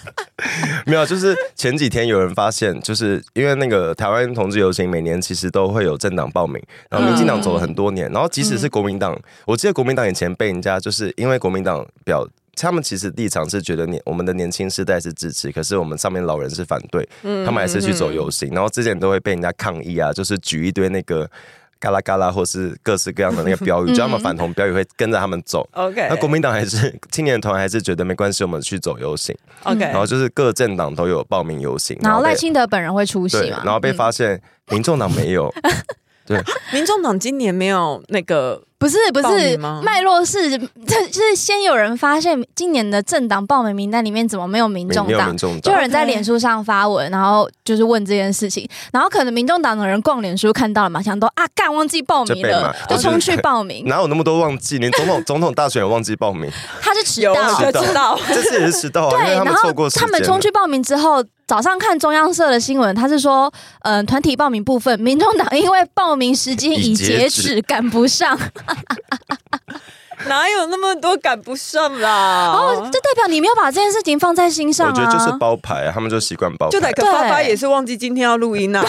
[SPEAKER 2] [LAUGHS] 没有，就是前几天有人发现，就是因为那个台湾同志游行每年其实都会有政党报名，然后民进党走了很多年，然后即使是国民党，我记得国民党以前被人家就是因为国民党表。他们其实立场是觉得年我们的年轻世代是支持，可是我们上面老人是反对，他们还是去走游行，然后之前都会被人家抗议啊，就是举一堆那个嘎啦嘎啦或是各式各样的那个标语，就他们反同标语会跟着他们走，
[SPEAKER 1] OK，
[SPEAKER 2] 那国民党还是 [LAUGHS] 青年团还是觉得没关系，我们去走游行，
[SPEAKER 1] OK，
[SPEAKER 2] 然后就是各政党都有报名游行，
[SPEAKER 3] 然后
[SPEAKER 2] 被
[SPEAKER 3] 赖清德本人会出席
[SPEAKER 2] 对，
[SPEAKER 3] 嘛？嗯
[SPEAKER 2] 然后被发现民众党没
[SPEAKER 3] [LAUGHS]
[SPEAKER 2] 有，对，
[SPEAKER 1] 民众党今年没有那个
[SPEAKER 3] 不是不
[SPEAKER 1] 报
[SPEAKER 3] 是
[SPEAKER 1] 名吗，
[SPEAKER 3] 脉络是 [LAUGHS] 就是先有人发现今年的政党报名名单里面怎么没有民
[SPEAKER 2] 没
[SPEAKER 3] 众
[SPEAKER 2] 没有
[SPEAKER 3] 党
[SPEAKER 2] 民，众
[SPEAKER 3] 就有
[SPEAKER 2] 党，
[SPEAKER 3] 人在脸书上发文，然后就是问这件事情，然后可能民众党的人逛脸书看到了嘛，想都啊干忘记报名
[SPEAKER 2] 就被
[SPEAKER 3] 了
[SPEAKER 2] 骂，
[SPEAKER 3] 就冲
[SPEAKER 2] 就
[SPEAKER 3] 去
[SPEAKER 2] 是 [LAUGHS]
[SPEAKER 3] 报名，
[SPEAKER 2] 哪有那么多忘记？连总
[SPEAKER 3] [LAUGHS]
[SPEAKER 2] 统总统大选也忘记报名，
[SPEAKER 3] 他是迟
[SPEAKER 1] 有
[SPEAKER 3] 到
[SPEAKER 1] 我。就知道，
[SPEAKER 2] 这次也是迟到啊，因为
[SPEAKER 3] 对，
[SPEAKER 2] 他
[SPEAKER 3] 然
[SPEAKER 2] 们
[SPEAKER 3] 后
[SPEAKER 2] 错过时
[SPEAKER 3] 他
[SPEAKER 2] 间
[SPEAKER 3] 们
[SPEAKER 2] 了。
[SPEAKER 3] 冲去报名之后，早上看中央社的新闻，他是说，嗯、团体报名部分，民众党因为报名时间已
[SPEAKER 2] 已截
[SPEAKER 3] 截
[SPEAKER 2] 止
[SPEAKER 3] 止，赶
[SPEAKER 2] [LAUGHS]
[SPEAKER 3] 不上，
[SPEAKER 1] [LAUGHS] 哪有那么多赶不上啦？
[SPEAKER 3] 哦，这代表你没有把这件事情放在心上
[SPEAKER 2] 我觉得就是
[SPEAKER 3] 啊。
[SPEAKER 2] 包牌，他们就习惯包牌，
[SPEAKER 1] 就乃可
[SPEAKER 3] 对
[SPEAKER 1] 发发也是忘记今天要录音
[SPEAKER 3] [LAUGHS]
[SPEAKER 1] 啊，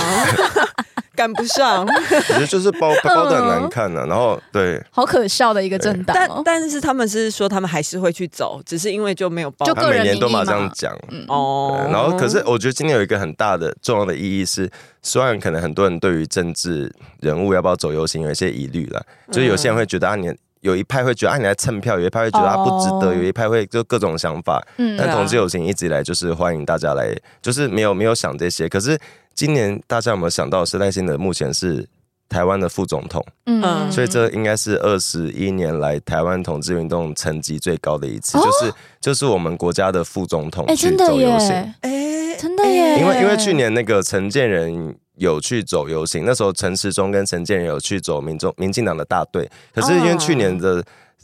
[SPEAKER 1] 赶不上。
[SPEAKER 2] 我觉得就是包包的很
[SPEAKER 3] 嗯
[SPEAKER 2] 难看呢、啊。然后对，
[SPEAKER 3] 好可笑的一个政党、
[SPEAKER 1] 但
[SPEAKER 3] 哦，
[SPEAKER 1] 但是他们是说他们还是会去走，只是因为就没有报
[SPEAKER 3] 就
[SPEAKER 2] 他
[SPEAKER 3] 个
[SPEAKER 2] 每
[SPEAKER 3] 人
[SPEAKER 2] 年都
[SPEAKER 3] 名义
[SPEAKER 2] 嘛这样
[SPEAKER 3] 嘛
[SPEAKER 2] 讲，
[SPEAKER 1] 哦
[SPEAKER 2] 对，然后可是我觉得今天有一个很大的重要的意义是，虽然可能很多人对于政治人物要不要走游行有一些疑虑了，就是有些人会觉得啊你。有一派会觉得啊，你来蹭票；有一派会觉得啊，不值得；
[SPEAKER 3] 哦
[SPEAKER 2] 有一派会就各种想法。
[SPEAKER 3] 嗯
[SPEAKER 2] 但
[SPEAKER 1] 对啊
[SPEAKER 2] 同志友情一直以来就是欢迎大家来，就是没有没有想这些。可是今年大家有没有想到，是赖清德目前是台湾的副总统，
[SPEAKER 3] 嗯
[SPEAKER 2] 呃所以这应该是二十一年来台湾同志运动成绩最高的一次，
[SPEAKER 3] 哦
[SPEAKER 2] 就是就是我们国家的副总统
[SPEAKER 3] 哎、
[SPEAKER 2] 去
[SPEAKER 3] 真的
[SPEAKER 2] 走游行。
[SPEAKER 3] 耶，
[SPEAKER 1] 哎
[SPEAKER 3] 真的
[SPEAKER 2] [LAUGHS]
[SPEAKER 3] 耶
[SPEAKER 2] 因为因为
[SPEAKER 3] 哎
[SPEAKER 2] 去年那个陈建仁有去走游行，那时候陈时中跟陈建仁有去走民众民进党的大队，可是因为
[SPEAKER 1] 哦
[SPEAKER 2] 去年的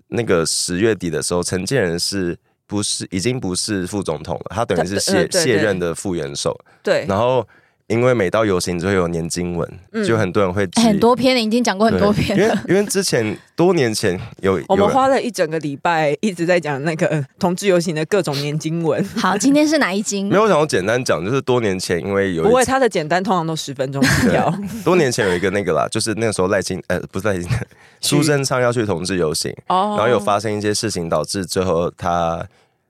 [SPEAKER 2] 那个十月底的时候，陈建仁是。不是，已经不是副总统了，他等于
[SPEAKER 1] 对
[SPEAKER 2] 是
[SPEAKER 1] 呃
[SPEAKER 2] 卸
[SPEAKER 1] 对对哎
[SPEAKER 2] 卸任的副元首。
[SPEAKER 1] 对，
[SPEAKER 2] 然后，因为每到游行就会有年经文，
[SPEAKER 1] 嗯
[SPEAKER 2] 就很多人会质
[SPEAKER 3] 哎
[SPEAKER 2] 疑
[SPEAKER 3] 很多篇了，已经讲过很多篇
[SPEAKER 2] 对因
[SPEAKER 3] 了
[SPEAKER 2] 为。因为之前多年前有
[SPEAKER 1] [LAUGHS] 我
[SPEAKER 2] 有
[SPEAKER 1] 们
[SPEAKER 2] 人
[SPEAKER 1] 花了一整个礼拜一直在讲那个同志游行的各种年经文，
[SPEAKER 3] 好，今天是哪
[SPEAKER 2] [LAUGHS]
[SPEAKER 3] 一经
[SPEAKER 2] 没？有，我想我简单讲，就是多年前因为有
[SPEAKER 1] 不
[SPEAKER 2] 一
[SPEAKER 1] 会，
[SPEAKER 2] 次
[SPEAKER 1] 他的简单通常都十分钟起跳。
[SPEAKER 2] 多年前有一个那个啦， [LAUGHS] 就是那个时候赖清呃不 [LAUGHS] 是赖清德，苏贞昌要去同志游行，
[SPEAKER 1] 哦
[SPEAKER 2] [LAUGHS] 然后有发生一些事情，导致最后他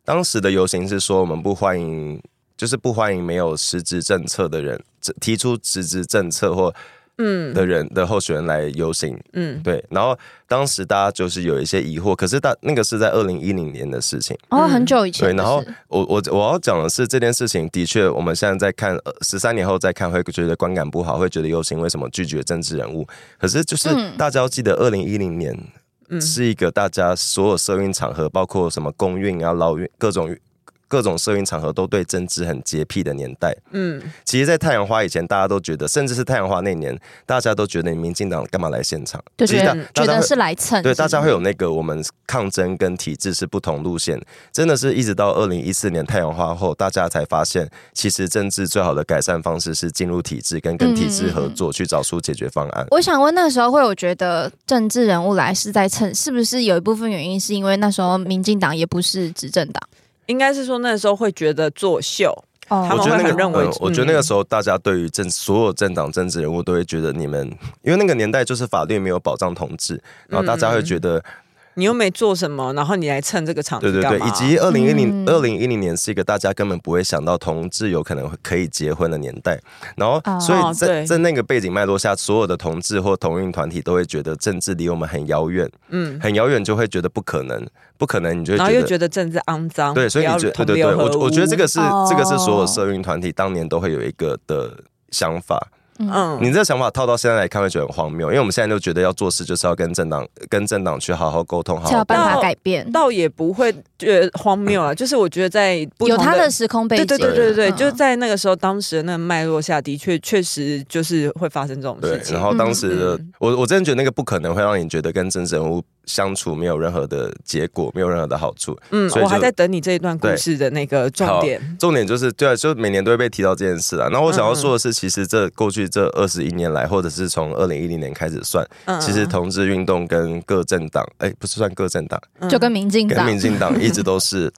[SPEAKER 2] 当时的游行是说我们不欢迎，就是不欢迎没有实质政策的人，这提出实质政策或嗯的人的候选人来游行，
[SPEAKER 1] 嗯，
[SPEAKER 2] 对。然后当时大家就是有一些疑惑，可是大那个是在二零一零年的事情，
[SPEAKER 3] 哦，很久以
[SPEAKER 2] 嗯
[SPEAKER 3] 前
[SPEAKER 2] 对。
[SPEAKER 3] 的
[SPEAKER 2] 然
[SPEAKER 3] 事。
[SPEAKER 2] 后我我我要讲的是这件事情，的确我们现在在看呃十三年后再看，会觉得观感不好，会觉得游行为什么拒绝政治人物？可是就是
[SPEAKER 3] 嗯
[SPEAKER 2] 大家要记得，二零一零年
[SPEAKER 1] 嗯
[SPEAKER 2] 是一个大家所有社运场合，包括什么公运啊、劳运各种各种社运场合都对政治很洁癖的年代。
[SPEAKER 1] 嗯，
[SPEAKER 2] 其实，在太阳花以前，大家都觉得，甚至是太阳花那年，大家都觉得你民进党干嘛来现场？
[SPEAKER 3] 就
[SPEAKER 2] 其
[SPEAKER 3] 觉
[SPEAKER 2] 实大
[SPEAKER 3] 得
[SPEAKER 2] 大
[SPEAKER 3] 觉
[SPEAKER 2] 家
[SPEAKER 3] 得
[SPEAKER 2] 会
[SPEAKER 3] 是来蹭，
[SPEAKER 2] 对，大
[SPEAKER 3] 是
[SPEAKER 2] 家
[SPEAKER 3] 不
[SPEAKER 2] 会
[SPEAKER 3] 是
[SPEAKER 2] 有那个我们抗争跟体制是不同路线，真的是一直到二零一四年太阳花后，大家才发现，其实政治最好的改善方式是进入体制，跟跟体制合作，去找出解决方案。
[SPEAKER 3] 我想问，那时候会有觉得政治人物来是在蹭，是不是有一部分原因是因为那时候民进党也不是执政党？
[SPEAKER 1] 应该是说那时候会觉得作秀，
[SPEAKER 3] 哦
[SPEAKER 1] 他
[SPEAKER 2] 我
[SPEAKER 1] 们
[SPEAKER 2] 觉得
[SPEAKER 1] 会
[SPEAKER 2] 那
[SPEAKER 1] 很
[SPEAKER 2] 个，
[SPEAKER 1] 认为
[SPEAKER 2] 呃我觉得那
[SPEAKER 1] 嗯
[SPEAKER 2] 个时候，大家对于政所有政党政治人物都会觉得你们，因为那个年代就是法律没有保障同志，然后大家会觉得
[SPEAKER 1] 你又没做什么，然后你来蹭这个场
[SPEAKER 2] 对
[SPEAKER 1] 子
[SPEAKER 2] 对
[SPEAKER 1] 啊干
[SPEAKER 2] 对，
[SPEAKER 1] 嘛？
[SPEAKER 2] 以及二零一
[SPEAKER 3] 嗯
[SPEAKER 2] 零二零一零年是一个大家根本不会想到同志有可能会可以结婚的年代，然后
[SPEAKER 3] 哦
[SPEAKER 2] 所以在、
[SPEAKER 1] 对
[SPEAKER 2] 在那个背景脉络下，所有的同志或同运团体都会觉得政治离我们很遥远，
[SPEAKER 1] 嗯，
[SPEAKER 2] 很遥远就会觉得不可能，不可能你就会
[SPEAKER 1] 然后
[SPEAKER 2] 觉
[SPEAKER 1] 又
[SPEAKER 2] 得。
[SPEAKER 1] 觉得政治肮脏，
[SPEAKER 2] 对，所以
[SPEAKER 1] 不
[SPEAKER 2] 你
[SPEAKER 1] 要
[SPEAKER 2] 觉
[SPEAKER 1] 同
[SPEAKER 2] 得对对
[SPEAKER 1] 流
[SPEAKER 2] 对，
[SPEAKER 1] 合
[SPEAKER 2] 我我觉得这
[SPEAKER 1] 污
[SPEAKER 2] 个是、
[SPEAKER 3] 哦
[SPEAKER 2] 这个是所有社运团体当年都会有一个的想法，
[SPEAKER 1] 嗯，
[SPEAKER 2] 你这个想法套到现在来看会觉得很荒谬，因为我们现在就觉得要做事就是要跟政党跟政党去好好沟通，好
[SPEAKER 3] 是要
[SPEAKER 2] 好
[SPEAKER 3] 办法
[SPEAKER 1] 到
[SPEAKER 3] 改变，
[SPEAKER 1] 倒也不会觉得荒谬啊，就是我觉得在不
[SPEAKER 3] 有
[SPEAKER 1] 同
[SPEAKER 3] 他的时空背
[SPEAKER 1] 对
[SPEAKER 3] 景，
[SPEAKER 1] 对对对对，
[SPEAKER 3] 嗯
[SPEAKER 1] 就在那个时候，当时的那个脉络下的确确实就是会发生这种
[SPEAKER 2] 对
[SPEAKER 1] 事，情
[SPEAKER 2] 然。后当
[SPEAKER 3] 嗯
[SPEAKER 2] 时的、
[SPEAKER 1] 嗯
[SPEAKER 2] 我，我真的觉得那个不可能会让你觉得跟真实人物相处没有任何的结果，没有任何的好处。
[SPEAKER 1] 嗯，
[SPEAKER 2] 所以
[SPEAKER 1] 我还
[SPEAKER 2] 就
[SPEAKER 1] 在等你这一段故
[SPEAKER 2] 对
[SPEAKER 1] 事的那个重
[SPEAKER 2] 好
[SPEAKER 1] 点。
[SPEAKER 2] 重点就是，对啊，就每年都会被提到这件事啊。然后我
[SPEAKER 1] 嗯
[SPEAKER 2] 想要说的是，其实这过去这二十一年来，或者是从二零一零年开始算，
[SPEAKER 1] 嗯，
[SPEAKER 2] 其实同志运动跟各政党，哎，不是算各政党，
[SPEAKER 1] 嗯
[SPEAKER 3] 就跟民进
[SPEAKER 2] 跟
[SPEAKER 3] 党，
[SPEAKER 2] 民
[SPEAKER 1] [LAUGHS]
[SPEAKER 2] 进党一直都是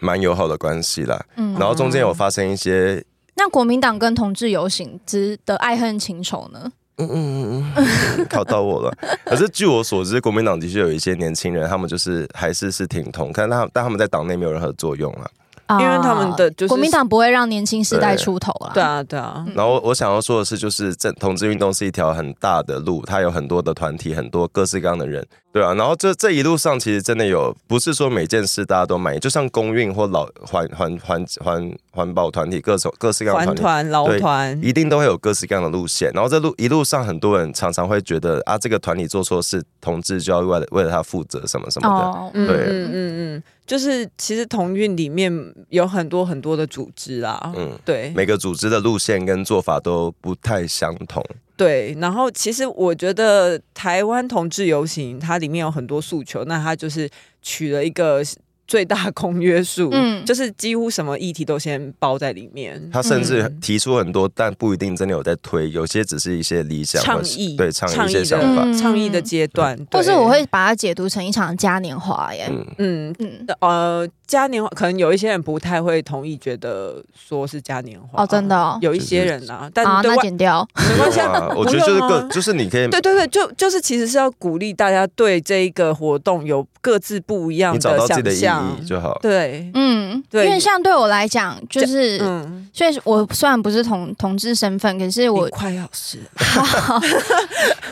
[SPEAKER 2] 蛮友好的关系啦。
[SPEAKER 3] 嗯
[SPEAKER 2] 然后中间有发生一些，
[SPEAKER 3] 那国民党跟同志游行之的爱恨情仇呢？
[SPEAKER 2] 嗯嗯嗯嗯， [LAUGHS] 考到我了。可是据我所知，国民党的确有一些年轻人，他们就是还是是挺同，但他但他们在党内没有任何作用啊。
[SPEAKER 3] 因
[SPEAKER 1] 为他们的就是
[SPEAKER 3] 啊国民党不会让年轻世代
[SPEAKER 2] 对
[SPEAKER 3] 出头啦。
[SPEAKER 1] 对啊对啊，
[SPEAKER 3] 嗯
[SPEAKER 2] 然后我想要说的是，就是这同志运动是一条很大的路，它有很多的团体，很多各式各样的人，对啊。然后这这一路上，其实真的有，不是说每件事大家都满意，就像公运或老环环环环环保团体，各种各式各样的
[SPEAKER 1] 环
[SPEAKER 2] 团体，
[SPEAKER 1] 团、劳
[SPEAKER 2] 对
[SPEAKER 1] 团，
[SPEAKER 2] 一定都会有各式各样的路线。然后这路一路上，很多人常常会觉得啊，这个团体做错事，同志就要为了为了他负责什么什么的。
[SPEAKER 3] 哦，
[SPEAKER 1] 嗯
[SPEAKER 2] 对
[SPEAKER 1] 嗯嗯嗯，就是其实同运里面有很多很多的组织啦，
[SPEAKER 2] 嗯，
[SPEAKER 1] 对
[SPEAKER 2] 每个组织的路线跟做法都不太相同。
[SPEAKER 1] 对。然后其实我觉得台湾同志游行它里面有很多诉求，那它就是取了一个最大公约数，
[SPEAKER 3] 嗯
[SPEAKER 1] 就是几乎什么议题都先包在里面。
[SPEAKER 2] 他甚至
[SPEAKER 1] 嗯
[SPEAKER 2] 提出很多，但不一定真的有在推，有些只是一些理想
[SPEAKER 1] 倡
[SPEAKER 2] 或是
[SPEAKER 1] 议
[SPEAKER 2] 对倡
[SPEAKER 1] 倡议
[SPEAKER 2] 议一些
[SPEAKER 1] 的
[SPEAKER 2] 想法。
[SPEAKER 3] 嗯
[SPEAKER 1] 倡议的阶段，
[SPEAKER 3] 或是
[SPEAKER 1] 对
[SPEAKER 3] 我会把它解读成一场嘉年华耶。
[SPEAKER 2] 嗯，
[SPEAKER 1] 嗯。
[SPEAKER 3] 嗯，
[SPEAKER 1] 呃，嘉年华可能有一些人不太会同意，觉得说是嘉年华
[SPEAKER 3] 哦，真的哦，
[SPEAKER 1] 有一些人啊，但
[SPEAKER 3] 啊，
[SPEAKER 1] 对
[SPEAKER 3] 那
[SPEAKER 1] 外 [LAUGHS]
[SPEAKER 3] 剪掉。
[SPEAKER 1] 没关系啊，
[SPEAKER 2] 啊，我觉得就是
[SPEAKER 1] 不用
[SPEAKER 2] 个
[SPEAKER 1] 啊，
[SPEAKER 2] 就是你可以
[SPEAKER 1] 对对对，就就是其实是要鼓励大家对这一个活动有各自不一样
[SPEAKER 2] 你找
[SPEAKER 1] 的
[SPEAKER 2] 到自己
[SPEAKER 1] 想
[SPEAKER 2] 的意
[SPEAKER 1] 象
[SPEAKER 2] 义，就好。
[SPEAKER 1] 对，
[SPEAKER 3] 嗯，因
[SPEAKER 1] 对
[SPEAKER 3] 为像对我来讲，就是，
[SPEAKER 1] 嗯，
[SPEAKER 3] 所以我虽然不是同同志身份，可是我
[SPEAKER 1] 你快要是了，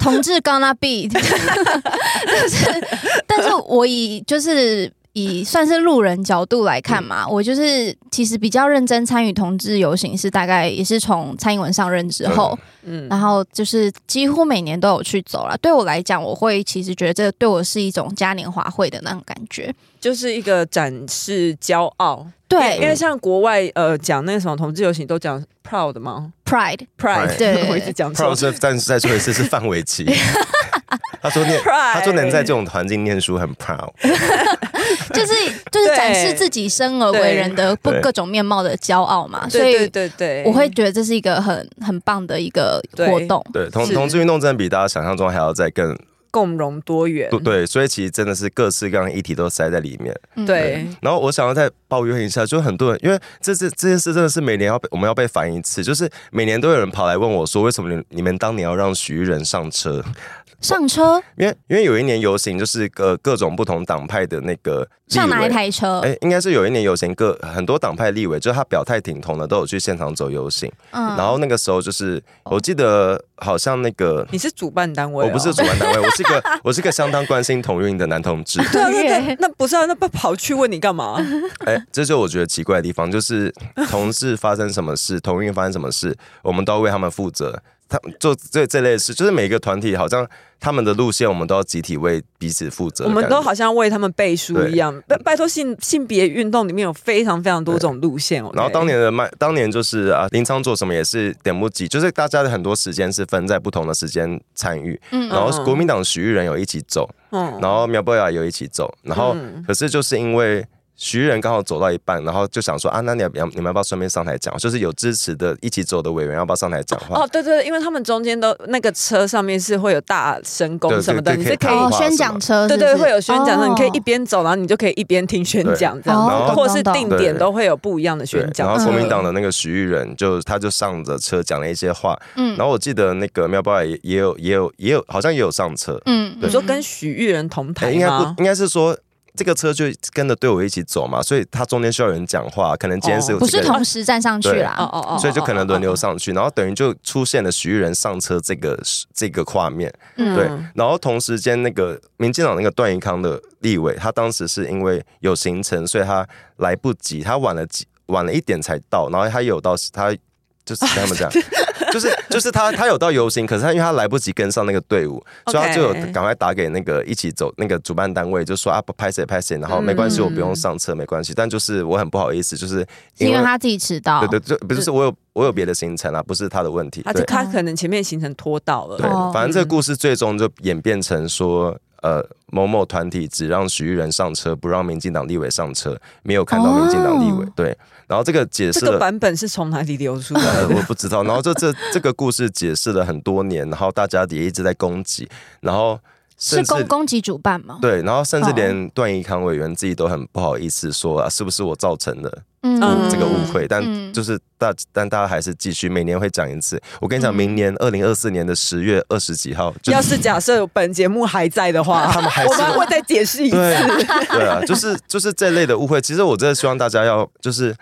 [SPEAKER 3] 同志
[SPEAKER 1] [LAUGHS]
[SPEAKER 3] gonna be，但是但是我以就是以算是路人角度来看嘛，我就是其实比较认真参与同志游行，是大概也是从蔡英文上任之后，
[SPEAKER 1] 嗯
[SPEAKER 3] 然后就是几乎每年都有去走了。对我来讲，我会其实觉得这对我是一种嘉年华会的那种感觉。
[SPEAKER 1] 就是一个展示骄傲，因为因
[SPEAKER 3] 对
[SPEAKER 1] 为像国外呃讲那个什么同志游行都讲 proud 嘛
[SPEAKER 3] ，Pride，
[SPEAKER 1] ，pride，
[SPEAKER 3] 对
[SPEAKER 1] 我一直讲
[SPEAKER 2] 不然
[SPEAKER 1] 错
[SPEAKER 2] 是再再说一次是范
[SPEAKER 1] [LAUGHS]
[SPEAKER 2] 玮琪，他说念，
[SPEAKER 1] ，pride，
[SPEAKER 2] 他说能在这种环境念书很 proud。
[SPEAKER 3] 就是就是
[SPEAKER 1] 对
[SPEAKER 3] 展示自己生而为人的不
[SPEAKER 2] 对
[SPEAKER 3] 各种面貌的骄傲嘛，所
[SPEAKER 1] 对对
[SPEAKER 3] 以
[SPEAKER 1] 对对，
[SPEAKER 3] 我会觉得这是一个很很棒的一个活动。
[SPEAKER 2] 对，同
[SPEAKER 1] 是
[SPEAKER 2] 同志运动真的比大家想象中还要再更
[SPEAKER 1] 共融多
[SPEAKER 3] 嗯
[SPEAKER 1] 元，
[SPEAKER 2] 对对，所以其实真的是各式各样的议题都塞在里面。
[SPEAKER 3] 嗯，
[SPEAKER 1] 对，
[SPEAKER 2] 然后我想要再抱怨一下，就很多人因为这这这件事真的是每年要被我们要被烦一次，就是每年都有人跑来问我说，为什么你你们当年要让许玉人上车？
[SPEAKER 3] 上车
[SPEAKER 2] 因为因为有一年游行就是各各种不同党派的那个立
[SPEAKER 3] 上哪一
[SPEAKER 2] 委。
[SPEAKER 3] 台车？
[SPEAKER 2] 哎，应该是有一年游行各，很多党派立委，就是他表态挺同的，都有去现场走游行。
[SPEAKER 3] 嗯
[SPEAKER 2] 哎然后那个时候就是，我记得好像那个
[SPEAKER 1] 你是主办单位哦，
[SPEAKER 2] 我不是主办单位，我是
[SPEAKER 1] [LAUGHS]
[SPEAKER 2] 一个我是一个相当关心同运的男同志。
[SPEAKER 1] 对啊，那那
[SPEAKER 3] 对
[SPEAKER 1] 那不是啊，那不跑去问你干嘛？
[SPEAKER 2] 哎，这就是我觉得奇怪的地方，就是同事发生什么事，同运发生什么事，我们都要为他们负责。他们做这这类的事，就是每个团体好像他们的路线，我们都要集体为彼此负责
[SPEAKER 1] 我
[SPEAKER 2] 的感觉。
[SPEAKER 1] 们都好像为他们背书一样。拜拜托性性别运动里面有非常非常多种路线。
[SPEAKER 2] 然后
[SPEAKER 1] OK？
[SPEAKER 2] 当年的麦，当年就是啊，临仓做什么也是点不及，就是大家的很多时间是分在不同的时间参与。
[SPEAKER 3] 嗯
[SPEAKER 2] 然后国民党许玉人有一起走，
[SPEAKER 1] 嗯
[SPEAKER 2] 然后苗博雅有一起走，然后
[SPEAKER 1] 嗯
[SPEAKER 2] 可是就是因为许玉人刚好走到一半，然后就想说啊，那你要不要你们要不要顺便上台讲？就是有支持的一起走的委员要不要上台讲话？
[SPEAKER 1] 哦，对对对，因为他们中间都那个车上面是会有大神功
[SPEAKER 2] 对
[SPEAKER 1] 什么的，
[SPEAKER 2] 对对
[SPEAKER 1] 你是可
[SPEAKER 2] 可以
[SPEAKER 1] 以
[SPEAKER 2] 谈
[SPEAKER 3] 哦，
[SPEAKER 2] 话
[SPEAKER 3] 宣讲车
[SPEAKER 1] 对
[SPEAKER 3] 是不是，
[SPEAKER 1] 对，会有宣讲的，你可以一
[SPEAKER 3] 哦
[SPEAKER 1] 边走，然后你就可以一边听宣讲这样
[SPEAKER 3] 哦
[SPEAKER 1] 子，
[SPEAKER 2] 然后
[SPEAKER 1] 或者是定点
[SPEAKER 2] 对
[SPEAKER 1] 都会有不一样的
[SPEAKER 2] 对
[SPEAKER 1] 宣，讲。
[SPEAKER 2] 然后
[SPEAKER 3] 嗯
[SPEAKER 2] 国民党的那个许玉人就他就上着车讲了一些话，
[SPEAKER 3] 嗯
[SPEAKER 2] 然后我记得那个苗博雅也也有也有也有好像也有上车，
[SPEAKER 3] 嗯
[SPEAKER 1] 你
[SPEAKER 3] 嗯
[SPEAKER 1] 说跟许玉人同台
[SPEAKER 2] 哎应该
[SPEAKER 1] 吗
[SPEAKER 2] 不？应该是说这个车就跟着队伍一起走嘛，所以他中间需要有人讲话，可能今天
[SPEAKER 1] 哦
[SPEAKER 2] 是有
[SPEAKER 3] 不
[SPEAKER 2] 几个
[SPEAKER 3] 是
[SPEAKER 2] 人。
[SPEAKER 3] 同时站上去
[SPEAKER 2] 对
[SPEAKER 3] 啦，
[SPEAKER 1] 哦哦哦，
[SPEAKER 2] 所以就可能轮流
[SPEAKER 1] 哦。
[SPEAKER 2] 上去，然后等于就出现了许玉人上车这个这个画面，
[SPEAKER 1] 嗯
[SPEAKER 2] 对。然后同时间，那个民进党那个段宜康的立委，他当时是因为有行程，所以他来不及，他晚了几晚了一点才到，然后他有到他就是跟他们讲。就是就是他他有到游行，可是他因为他来不及跟上那个队伍，所以他就有
[SPEAKER 1] OK
[SPEAKER 2] 赶快打给那个一起走那个主办单位，就说啊不拍谁拍谁，然后没关系，
[SPEAKER 3] 嗯
[SPEAKER 2] 我不用上车，没关系。但就是我很不好意思，就是
[SPEAKER 3] 是因为他自己迟到，
[SPEAKER 2] 对对，就不是我有我有别的行程啊，不是他的问题。
[SPEAKER 1] 他
[SPEAKER 2] 对。
[SPEAKER 1] 就他可能前面行程拖到了，
[SPEAKER 2] 对
[SPEAKER 3] 哦，
[SPEAKER 2] 反正这个故事最终就演变成说，呃，某某团体只让许玉人上车，不让民进党立委上车，没有看到民进党立委。
[SPEAKER 3] 哦
[SPEAKER 2] 对，然后这个解
[SPEAKER 1] 这
[SPEAKER 2] 释
[SPEAKER 1] 个
[SPEAKER 2] 了。
[SPEAKER 1] 版本是从哪里流出来 [LAUGHS]
[SPEAKER 2] 呃
[SPEAKER 1] 的？
[SPEAKER 2] 我不知道，然后这 [LAUGHS] 这这个故事解释了很多年，然后大家也一直在攻击，然后甚
[SPEAKER 3] 是
[SPEAKER 2] 至
[SPEAKER 3] 公攻击主办吗？
[SPEAKER 2] 对，然后甚至
[SPEAKER 3] 哦
[SPEAKER 2] 连段宜康委员自己都很不好意思说啊，是不是我造成的？
[SPEAKER 3] 嗯
[SPEAKER 2] 这个误会，但
[SPEAKER 3] 嗯
[SPEAKER 2] 就是大，但大家还是继续，每年会讲一次。我跟你讲，
[SPEAKER 3] 嗯
[SPEAKER 2] 明年二零二四年的十月二十几号，就
[SPEAKER 1] 要是假设本节目还在的话，
[SPEAKER 2] [LAUGHS] 他们还是
[SPEAKER 1] 我们会再解释一次。
[SPEAKER 2] 对对
[SPEAKER 1] [LAUGHS]
[SPEAKER 2] 啊，就是就是这类的误会。其实我真的希望大家要，就是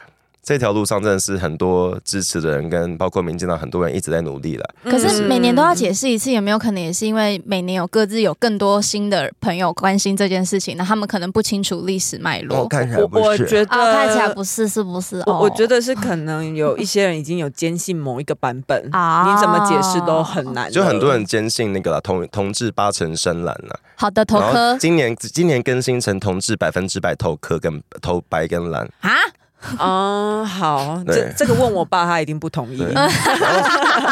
[SPEAKER 2] 这条路上真的是很多支持的人跟包括民进党很多人一直在努力了。
[SPEAKER 3] 可是每年都要
[SPEAKER 1] 释。
[SPEAKER 3] 解释一次，有没有可能也是因为每年有各自有更多新的朋友关心这件事情，那他们可能不清楚历史脉络。
[SPEAKER 2] 哦看起
[SPEAKER 1] 我我觉得
[SPEAKER 3] 啊，看起来不是，是不是？
[SPEAKER 1] 我
[SPEAKER 3] 哦，
[SPEAKER 1] 我觉得是可能有一些人已经有坚信某一个版本，
[SPEAKER 3] 啊
[SPEAKER 1] 你怎么解释都很难。
[SPEAKER 2] 就很多人，坚信那个啦，同同志八成深蓝啦，
[SPEAKER 3] 好的，头
[SPEAKER 2] 然后
[SPEAKER 3] 科
[SPEAKER 2] 哦今年今年更新成同志百分之百头科跟头白
[SPEAKER 1] [LAUGHS]
[SPEAKER 2] 跟蓝，
[SPEAKER 3] 啊，
[SPEAKER 1] 嗯，好，这
[SPEAKER 2] 对
[SPEAKER 1] 这个问我爸，他一定不同意啊
[SPEAKER 2] 对。然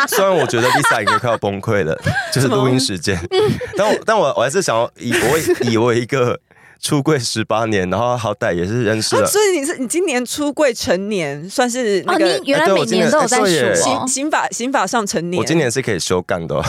[SPEAKER 2] 后虽然我觉得 Lisa 已经快要崩溃了，就是录音时间，但我但我我还是想要以我以我一个出柜十八年，然后好歹也是认识
[SPEAKER 1] 啊
[SPEAKER 2] 了，
[SPEAKER 1] 所以你是你今年出柜成年，算是那
[SPEAKER 3] 哦，
[SPEAKER 1] 个
[SPEAKER 3] 你原
[SPEAKER 2] 哎
[SPEAKER 3] 来
[SPEAKER 2] 对
[SPEAKER 3] 每
[SPEAKER 2] 我今
[SPEAKER 3] 年
[SPEAKER 2] 年
[SPEAKER 3] 都有
[SPEAKER 2] 哎
[SPEAKER 3] 在
[SPEAKER 2] 对耶
[SPEAKER 3] 数
[SPEAKER 1] 刑
[SPEAKER 3] 哦，
[SPEAKER 1] 刑法刑法上成年。
[SPEAKER 2] 我今年是可以休干的、哦，
[SPEAKER 3] 啊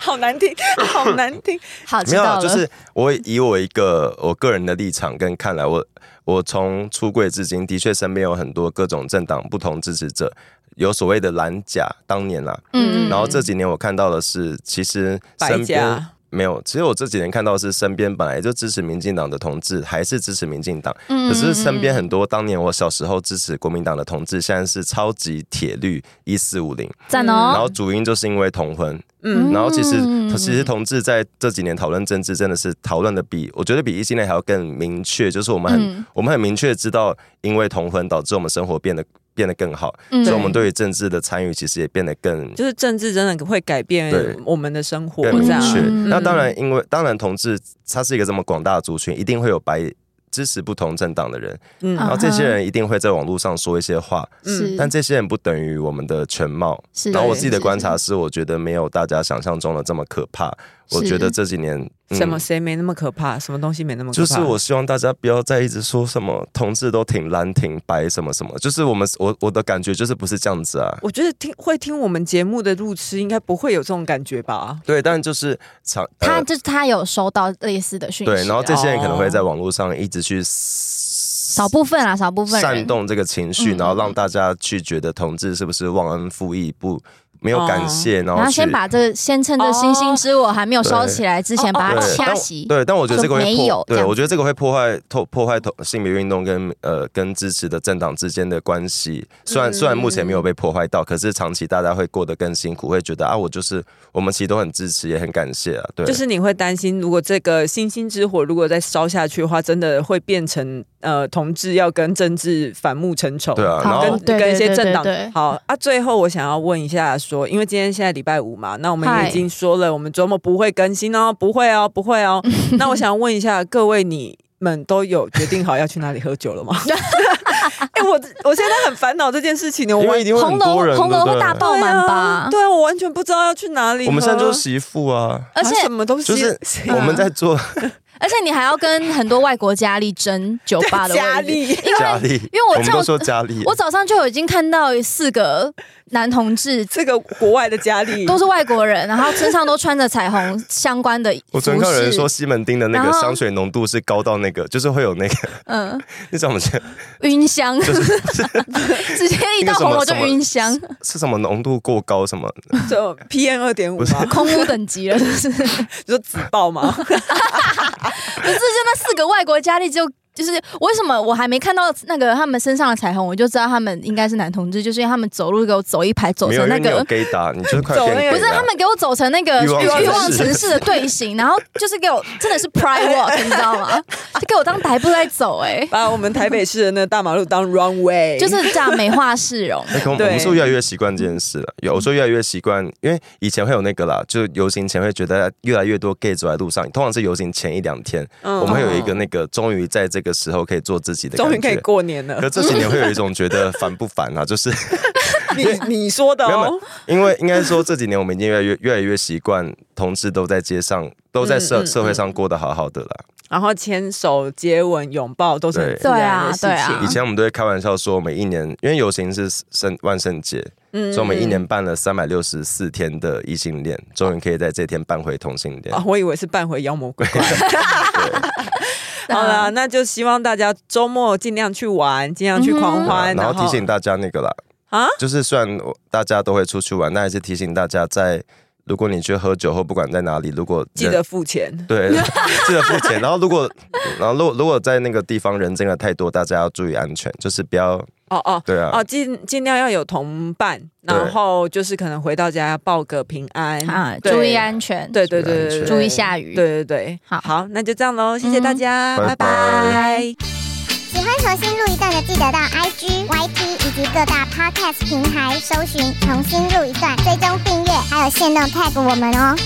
[SPEAKER 1] 好难听，好难听。 [LAUGHS]
[SPEAKER 3] 好，
[SPEAKER 2] [LAUGHS]
[SPEAKER 3] 知
[SPEAKER 2] 没有啊，
[SPEAKER 3] 道
[SPEAKER 2] 就
[SPEAKER 3] 了。
[SPEAKER 2] 是我以我一个我个人的立场跟看来，我我从出柜至今，的确身边有很多各种政党不同支持者，有所谓的蓝甲，当年啦，
[SPEAKER 3] 嗯嗯，
[SPEAKER 2] 然后这几年我看到的是，其实
[SPEAKER 1] 白
[SPEAKER 2] 身边
[SPEAKER 1] 家
[SPEAKER 2] 没有，其实我这几年看到的是身边本来就支持民进党的同志，还是支持民进党，
[SPEAKER 3] 嗯
[SPEAKER 2] 可是身边很多当年我小时候支持国民党的同志，现在是超级铁律一四五零，
[SPEAKER 3] 赞
[SPEAKER 2] 嗯然
[SPEAKER 3] 哦，
[SPEAKER 2] 后主因就是因为同婚，
[SPEAKER 1] 嗯
[SPEAKER 2] 然后其实
[SPEAKER 3] 嗯
[SPEAKER 2] 其实同志在这几年讨论政治，真的是讨论的比我觉得比异性恋还要更明确，就是我们很、
[SPEAKER 3] 嗯
[SPEAKER 2] 我们很明确知道，因为同婚导致我们生活变得变得更好，
[SPEAKER 3] 嗯
[SPEAKER 2] 所以我们对于政治的参与其实也变得更
[SPEAKER 1] 就是政治真的会改变
[SPEAKER 2] 对
[SPEAKER 1] 我们的生活，
[SPEAKER 2] 更
[SPEAKER 3] 我
[SPEAKER 2] 明
[SPEAKER 1] 这样。
[SPEAKER 2] 确。
[SPEAKER 3] 嗯
[SPEAKER 2] 那当然，因为当然同志他是一个这么广大的族群，一定会有白支持不同政党的人，
[SPEAKER 1] 嗯
[SPEAKER 2] 然
[SPEAKER 3] 啊
[SPEAKER 2] 后这些人一定会在网络上说一些话，
[SPEAKER 3] 是，
[SPEAKER 2] 但这些人不等于我们的全貌。
[SPEAKER 3] 嗯是
[SPEAKER 2] 然后我自己的
[SPEAKER 3] 是
[SPEAKER 2] 观察是，我觉得没有大家想象中的这么可怕。我觉得这几年、嗯
[SPEAKER 1] 什么谁没那么可怕？什么东西没那么可
[SPEAKER 2] 就
[SPEAKER 1] 怕？
[SPEAKER 2] 是我希望大家不要再一直说什么同志都挺蓝挺白什么什么，就是我们我我的感觉就是不是这样子啊。
[SPEAKER 1] 我觉得听会听我们节目的路痴应该不会有这种感觉吧？
[SPEAKER 2] 对，但就是常
[SPEAKER 3] 他
[SPEAKER 2] 呃
[SPEAKER 3] 就是他有收到类似的讯息啊，
[SPEAKER 2] 对，然后这些人可能会在
[SPEAKER 1] 哦
[SPEAKER 2] 网络上一直去
[SPEAKER 3] 少
[SPEAKER 2] 少
[SPEAKER 3] 部分啊，少部分人
[SPEAKER 2] 煽动这个情绪，
[SPEAKER 3] 嗯
[SPEAKER 2] 然后让大家去觉得同志是不是忘恩负义，不没有感谢，然
[SPEAKER 3] 哦然
[SPEAKER 2] 后
[SPEAKER 3] 后
[SPEAKER 2] 去
[SPEAKER 3] 先把这先趁这星
[SPEAKER 1] 哦
[SPEAKER 3] 星之火还没有烧起来之
[SPEAKER 1] 对
[SPEAKER 3] 前，把
[SPEAKER 2] 对
[SPEAKER 3] 它啊掐
[SPEAKER 2] 但我
[SPEAKER 3] 熄。
[SPEAKER 2] 对，但我觉得这个会
[SPEAKER 3] 说没有
[SPEAKER 2] 破，
[SPEAKER 3] 这
[SPEAKER 2] 对
[SPEAKER 3] 样子
[SPEAKER 2] 我觉得这个会破坏破破坏同性别运动跟呃跟支持的政党之间的关系。虽然虽然目前
[SPEAKER 3] 嗯
[SPEAKER 2] 没有被破坏到，可是长期大家会过得更辛苦，会觉得啊，我就是我们其实都很支持，也很感谢啊。对，
[SPEAKER 1] 就是你会担心，如果这个星星之火如果再烧下去的话，真的会变成呃，同志要跟政治反目成仇。
[SPEAKER 2] 对啊，然
[SPEAKER 3] 好
[SPEAKER 2] 后
[SPEAKER 1] 跟
[SPEAKER 3] 对对
[SPEAKER 1] 跟一些
[SPEAKER 3] 对
[SPEAKER 1] 政党
[SPEAKER 3] 对对
[SPEAKER 1] 好啊。最后我想要问一下，说，因为今天现在礼拜五嘛，那我们也
[SPEAKER 3] 嗨
[SPEAKER 1] 已经说了，我们周末不会更新哦，不会哦，不会
[SPEAKER 3] [LAUGHS]
[SPEAKER 1] 哦。那我想问一下各位，你们都有决定好要去哪里喝酒了吗？
[SPEAKER 3] [LAUGHS]
[SPEAKER 1] 哎、我我现在很烦恼这件事情呢，我
[SPEAKER 2] 因为
[SPEAKER 1] 完
[SPEAKER 2] 一定会很
[SPEAKER 3] 红楼
[SPEAKER 2] 多人，
[SPEAKER 3] 红楼
[SPEAKER 2] 对不
[SPEAKER 3] 会大
[SPEAKER 2] 对
[SPEAKER 3] 爆满吧
[SPEAKER 1] 对啊对啊，我完全不知道要去哪里喝。
[SPEAKER 2] 我们现在就是媳妇啊，
[SPEAKER 3] 而且
[SPEAKER 1] 啊什么东西，
[SPEAKER 2] 就是啊
[SPEAKER 1] 谁
[SPEAKER 2] 我们在做
[SPEAKER 3] 而且你还要跟很多外国佳丽争酒吧的位置
[SPEAKER 1] 佳丽
[SPEAKER 3] [LAUGHS] 因为
[SPEAKER 2] 佳丽，因
[SPEAKER 3] 为我
[SPEAKER 2] 我们
[SPEAKER 3] 叫
[SPEAKER 2] 都说佳丽，
[SPEAKER 3] 我早上就已经看到四个男同
[SPEAKER 1] [LAUGHS]
[SPEAKER 3] 志
[SPEAKER 1] 这个国外的佳丽
[SPEAKER 3] 都是外国人，然后身上都穿着彩虹相关的服饰。
[SPEAKER 2] 我昨天看有人说西门町的那
[SPEAKER 3] 然
[SPEAKER 2] 个
[SPEAKER 3] 后
[SPEAKER 2] 香水浓度是高到那个，就是会有那个， [LAUGHS]
[SPEAKER 3] 嗯，
[SPEAKER 2] 那叫什么？
[SPEAKER 3] 晕香，直接一到红楼就晕香，
[SPEAKER 2] 是什么浓度过高什么？
[SPEAKER 1] 就 PM 二点五嘛，
[SPEAKER 3] 空屋等级了，是不是？不是，
[SPEAKER 1] 你说自爆嘛，
[SPEAKER 3] 就那四个外国佳丽就。就是为什么我还没看到那个他们身上的彩虹，我就知道他们应该是男同志，就是因为他们走路给我走一排，走
[SPEAKER 2] 没有，因
[SPEAKER 3] 成那
[SPEAKER 2] 为你
[SPEAKER 3] 个
[SPEAKER 2] 有 gay 打，你就是快
[SPEAKER 1] 走
[SPEAKER 2] 变
[SPEAKER 1] 那
[SPEAKER 2] gay
[SPEAKER 1] 个
[SPEAKER 2] 打。
[SPEAKER 3] 不是，他们给我走成那个
[SPEAKER 2] 欲望城市
[SPEAKER 3] 欲望城市的队形，然后就是给我 [LAUGHS] 真的是 pride walk，你知道
[SPEAKER 1] [LAUGHS]
[SPEAKER 3] 吗？就给我当台步在走、欸，
[SPEAKER 1] 把我们台北市的那个大马路当 runway，
[SPEAKER 3] 就是这样美化市容。
[SPEAKER 2] 那哎可能我
[SPEAKER 1] [LAUGHS] 对
[SPEAKER 2] 们是不是越来越习惯这件事了。有，我说越来越习惯，因为以前会有那个啦，就游行前会觉得越来越多 gay 走在路上，通常是游行前一两天，
[SPEAKER 1] 嗯
[SPEAKER 2] 我们会有一个那个终于在这个时候可以做自己的感
[SPEAKER 1] 终
[SPEAKER 2] 觉。
[SPEAKER 1] 于可以过年了
[SPEAKER 2] 可。这几年会有一种觉得烦不烦
[SPEAKER 1] [LAUGHS]
[SPEAKER 2] 啊？就是
[SPEAKER 1] 你你说的
[SPEAKER 2] 没有没
[SPEAKER 1] 哦
[SPEAKER 2] 有，因为应该说这几年我们已经越来越越来越习惯，同志都在街上，都在社、
[SPEAKER 1] 嗯嗯
[SPEAKER 2] 社会上过得好好的啦。
[SPEAKER 1] 然后牵手、接吻、拥抱都是很
[SPEAKER 2] 对
[SPEAKER 1] 自然的事情
[SPEAKER 3] 对啊对啊
[SPEAKER 2] 以前我们都会开玩笑说，我们一年因为游行是圣万圣节，
[SPEAKER 1] 嗯
[SPEAKER 2] 所以我们一年办了三百六十四天的异性恋，终于可以在这天办回同性恋。
[SPEAKER 1] 啊，我以为是扮回妖魔鬼怪。
[SPEAKER 3] 对
[SPEAKER 1] [LAUGHS]
[SPEAKER 3] 啊
[SPEAKER 1] 好啦，那就希望大家周末尽量去玩，尽量去狂
[SPEAKER 2] 对啊
[SPEAKER 1] 欢，
[SPEAKER 2] 然后提醒大家那个啦，
[SPEAKER 1] 啊，
[SPEAKER 2] 就是虽然我大家都会出去玩，但还是提醒大家在，如果你去喝酒或不管在哪里，如果人
[SPEAKER 1] 记得付钱。
[SPEAKER 2] 对 [LAUGHS] 记得付钱。然后如果然后如果如果在那个地方人真的太多，大家要注意安全，就是不要
[SPEAKER 1] 哦哦
[SPEAKER 2] 对啊
[SPEAKER 1] 哦，尽尽量要有同伴，
[SPEAKER 2] 对
[SPEAKER 1] 然后就是可能回到家报个平安
[SPEAKER 3] 啊，
[SPEAKER 1] 对
[SPEAKER 3] 注意安全，
[SPEAKER 1] 对对对
[SPEAKER 2] 注意
[SPEAKER 1] 对，
[SPEAKER 2] 安全
[SPEAKER 1] 对
[SPEAKER 3] 注意下雨。
[SPEAKER 1] 对对对，
[SPEAKER 3] 好
[SPEAKER 1] 好，那就这样喽，谢谢大家，
[SPEAKER 2] 嗯
[SPEAKER 1] 拜
[SPEAKER 2] 拜拜
[SPEAKER 1] 拜。
[SPEAKER 4] 喜欢重新录一段的，记得到 IG、YT 以及各大 Podcast 平台搜寻“重新录一段”，追踪订阅，还有限定 tag 我们哦。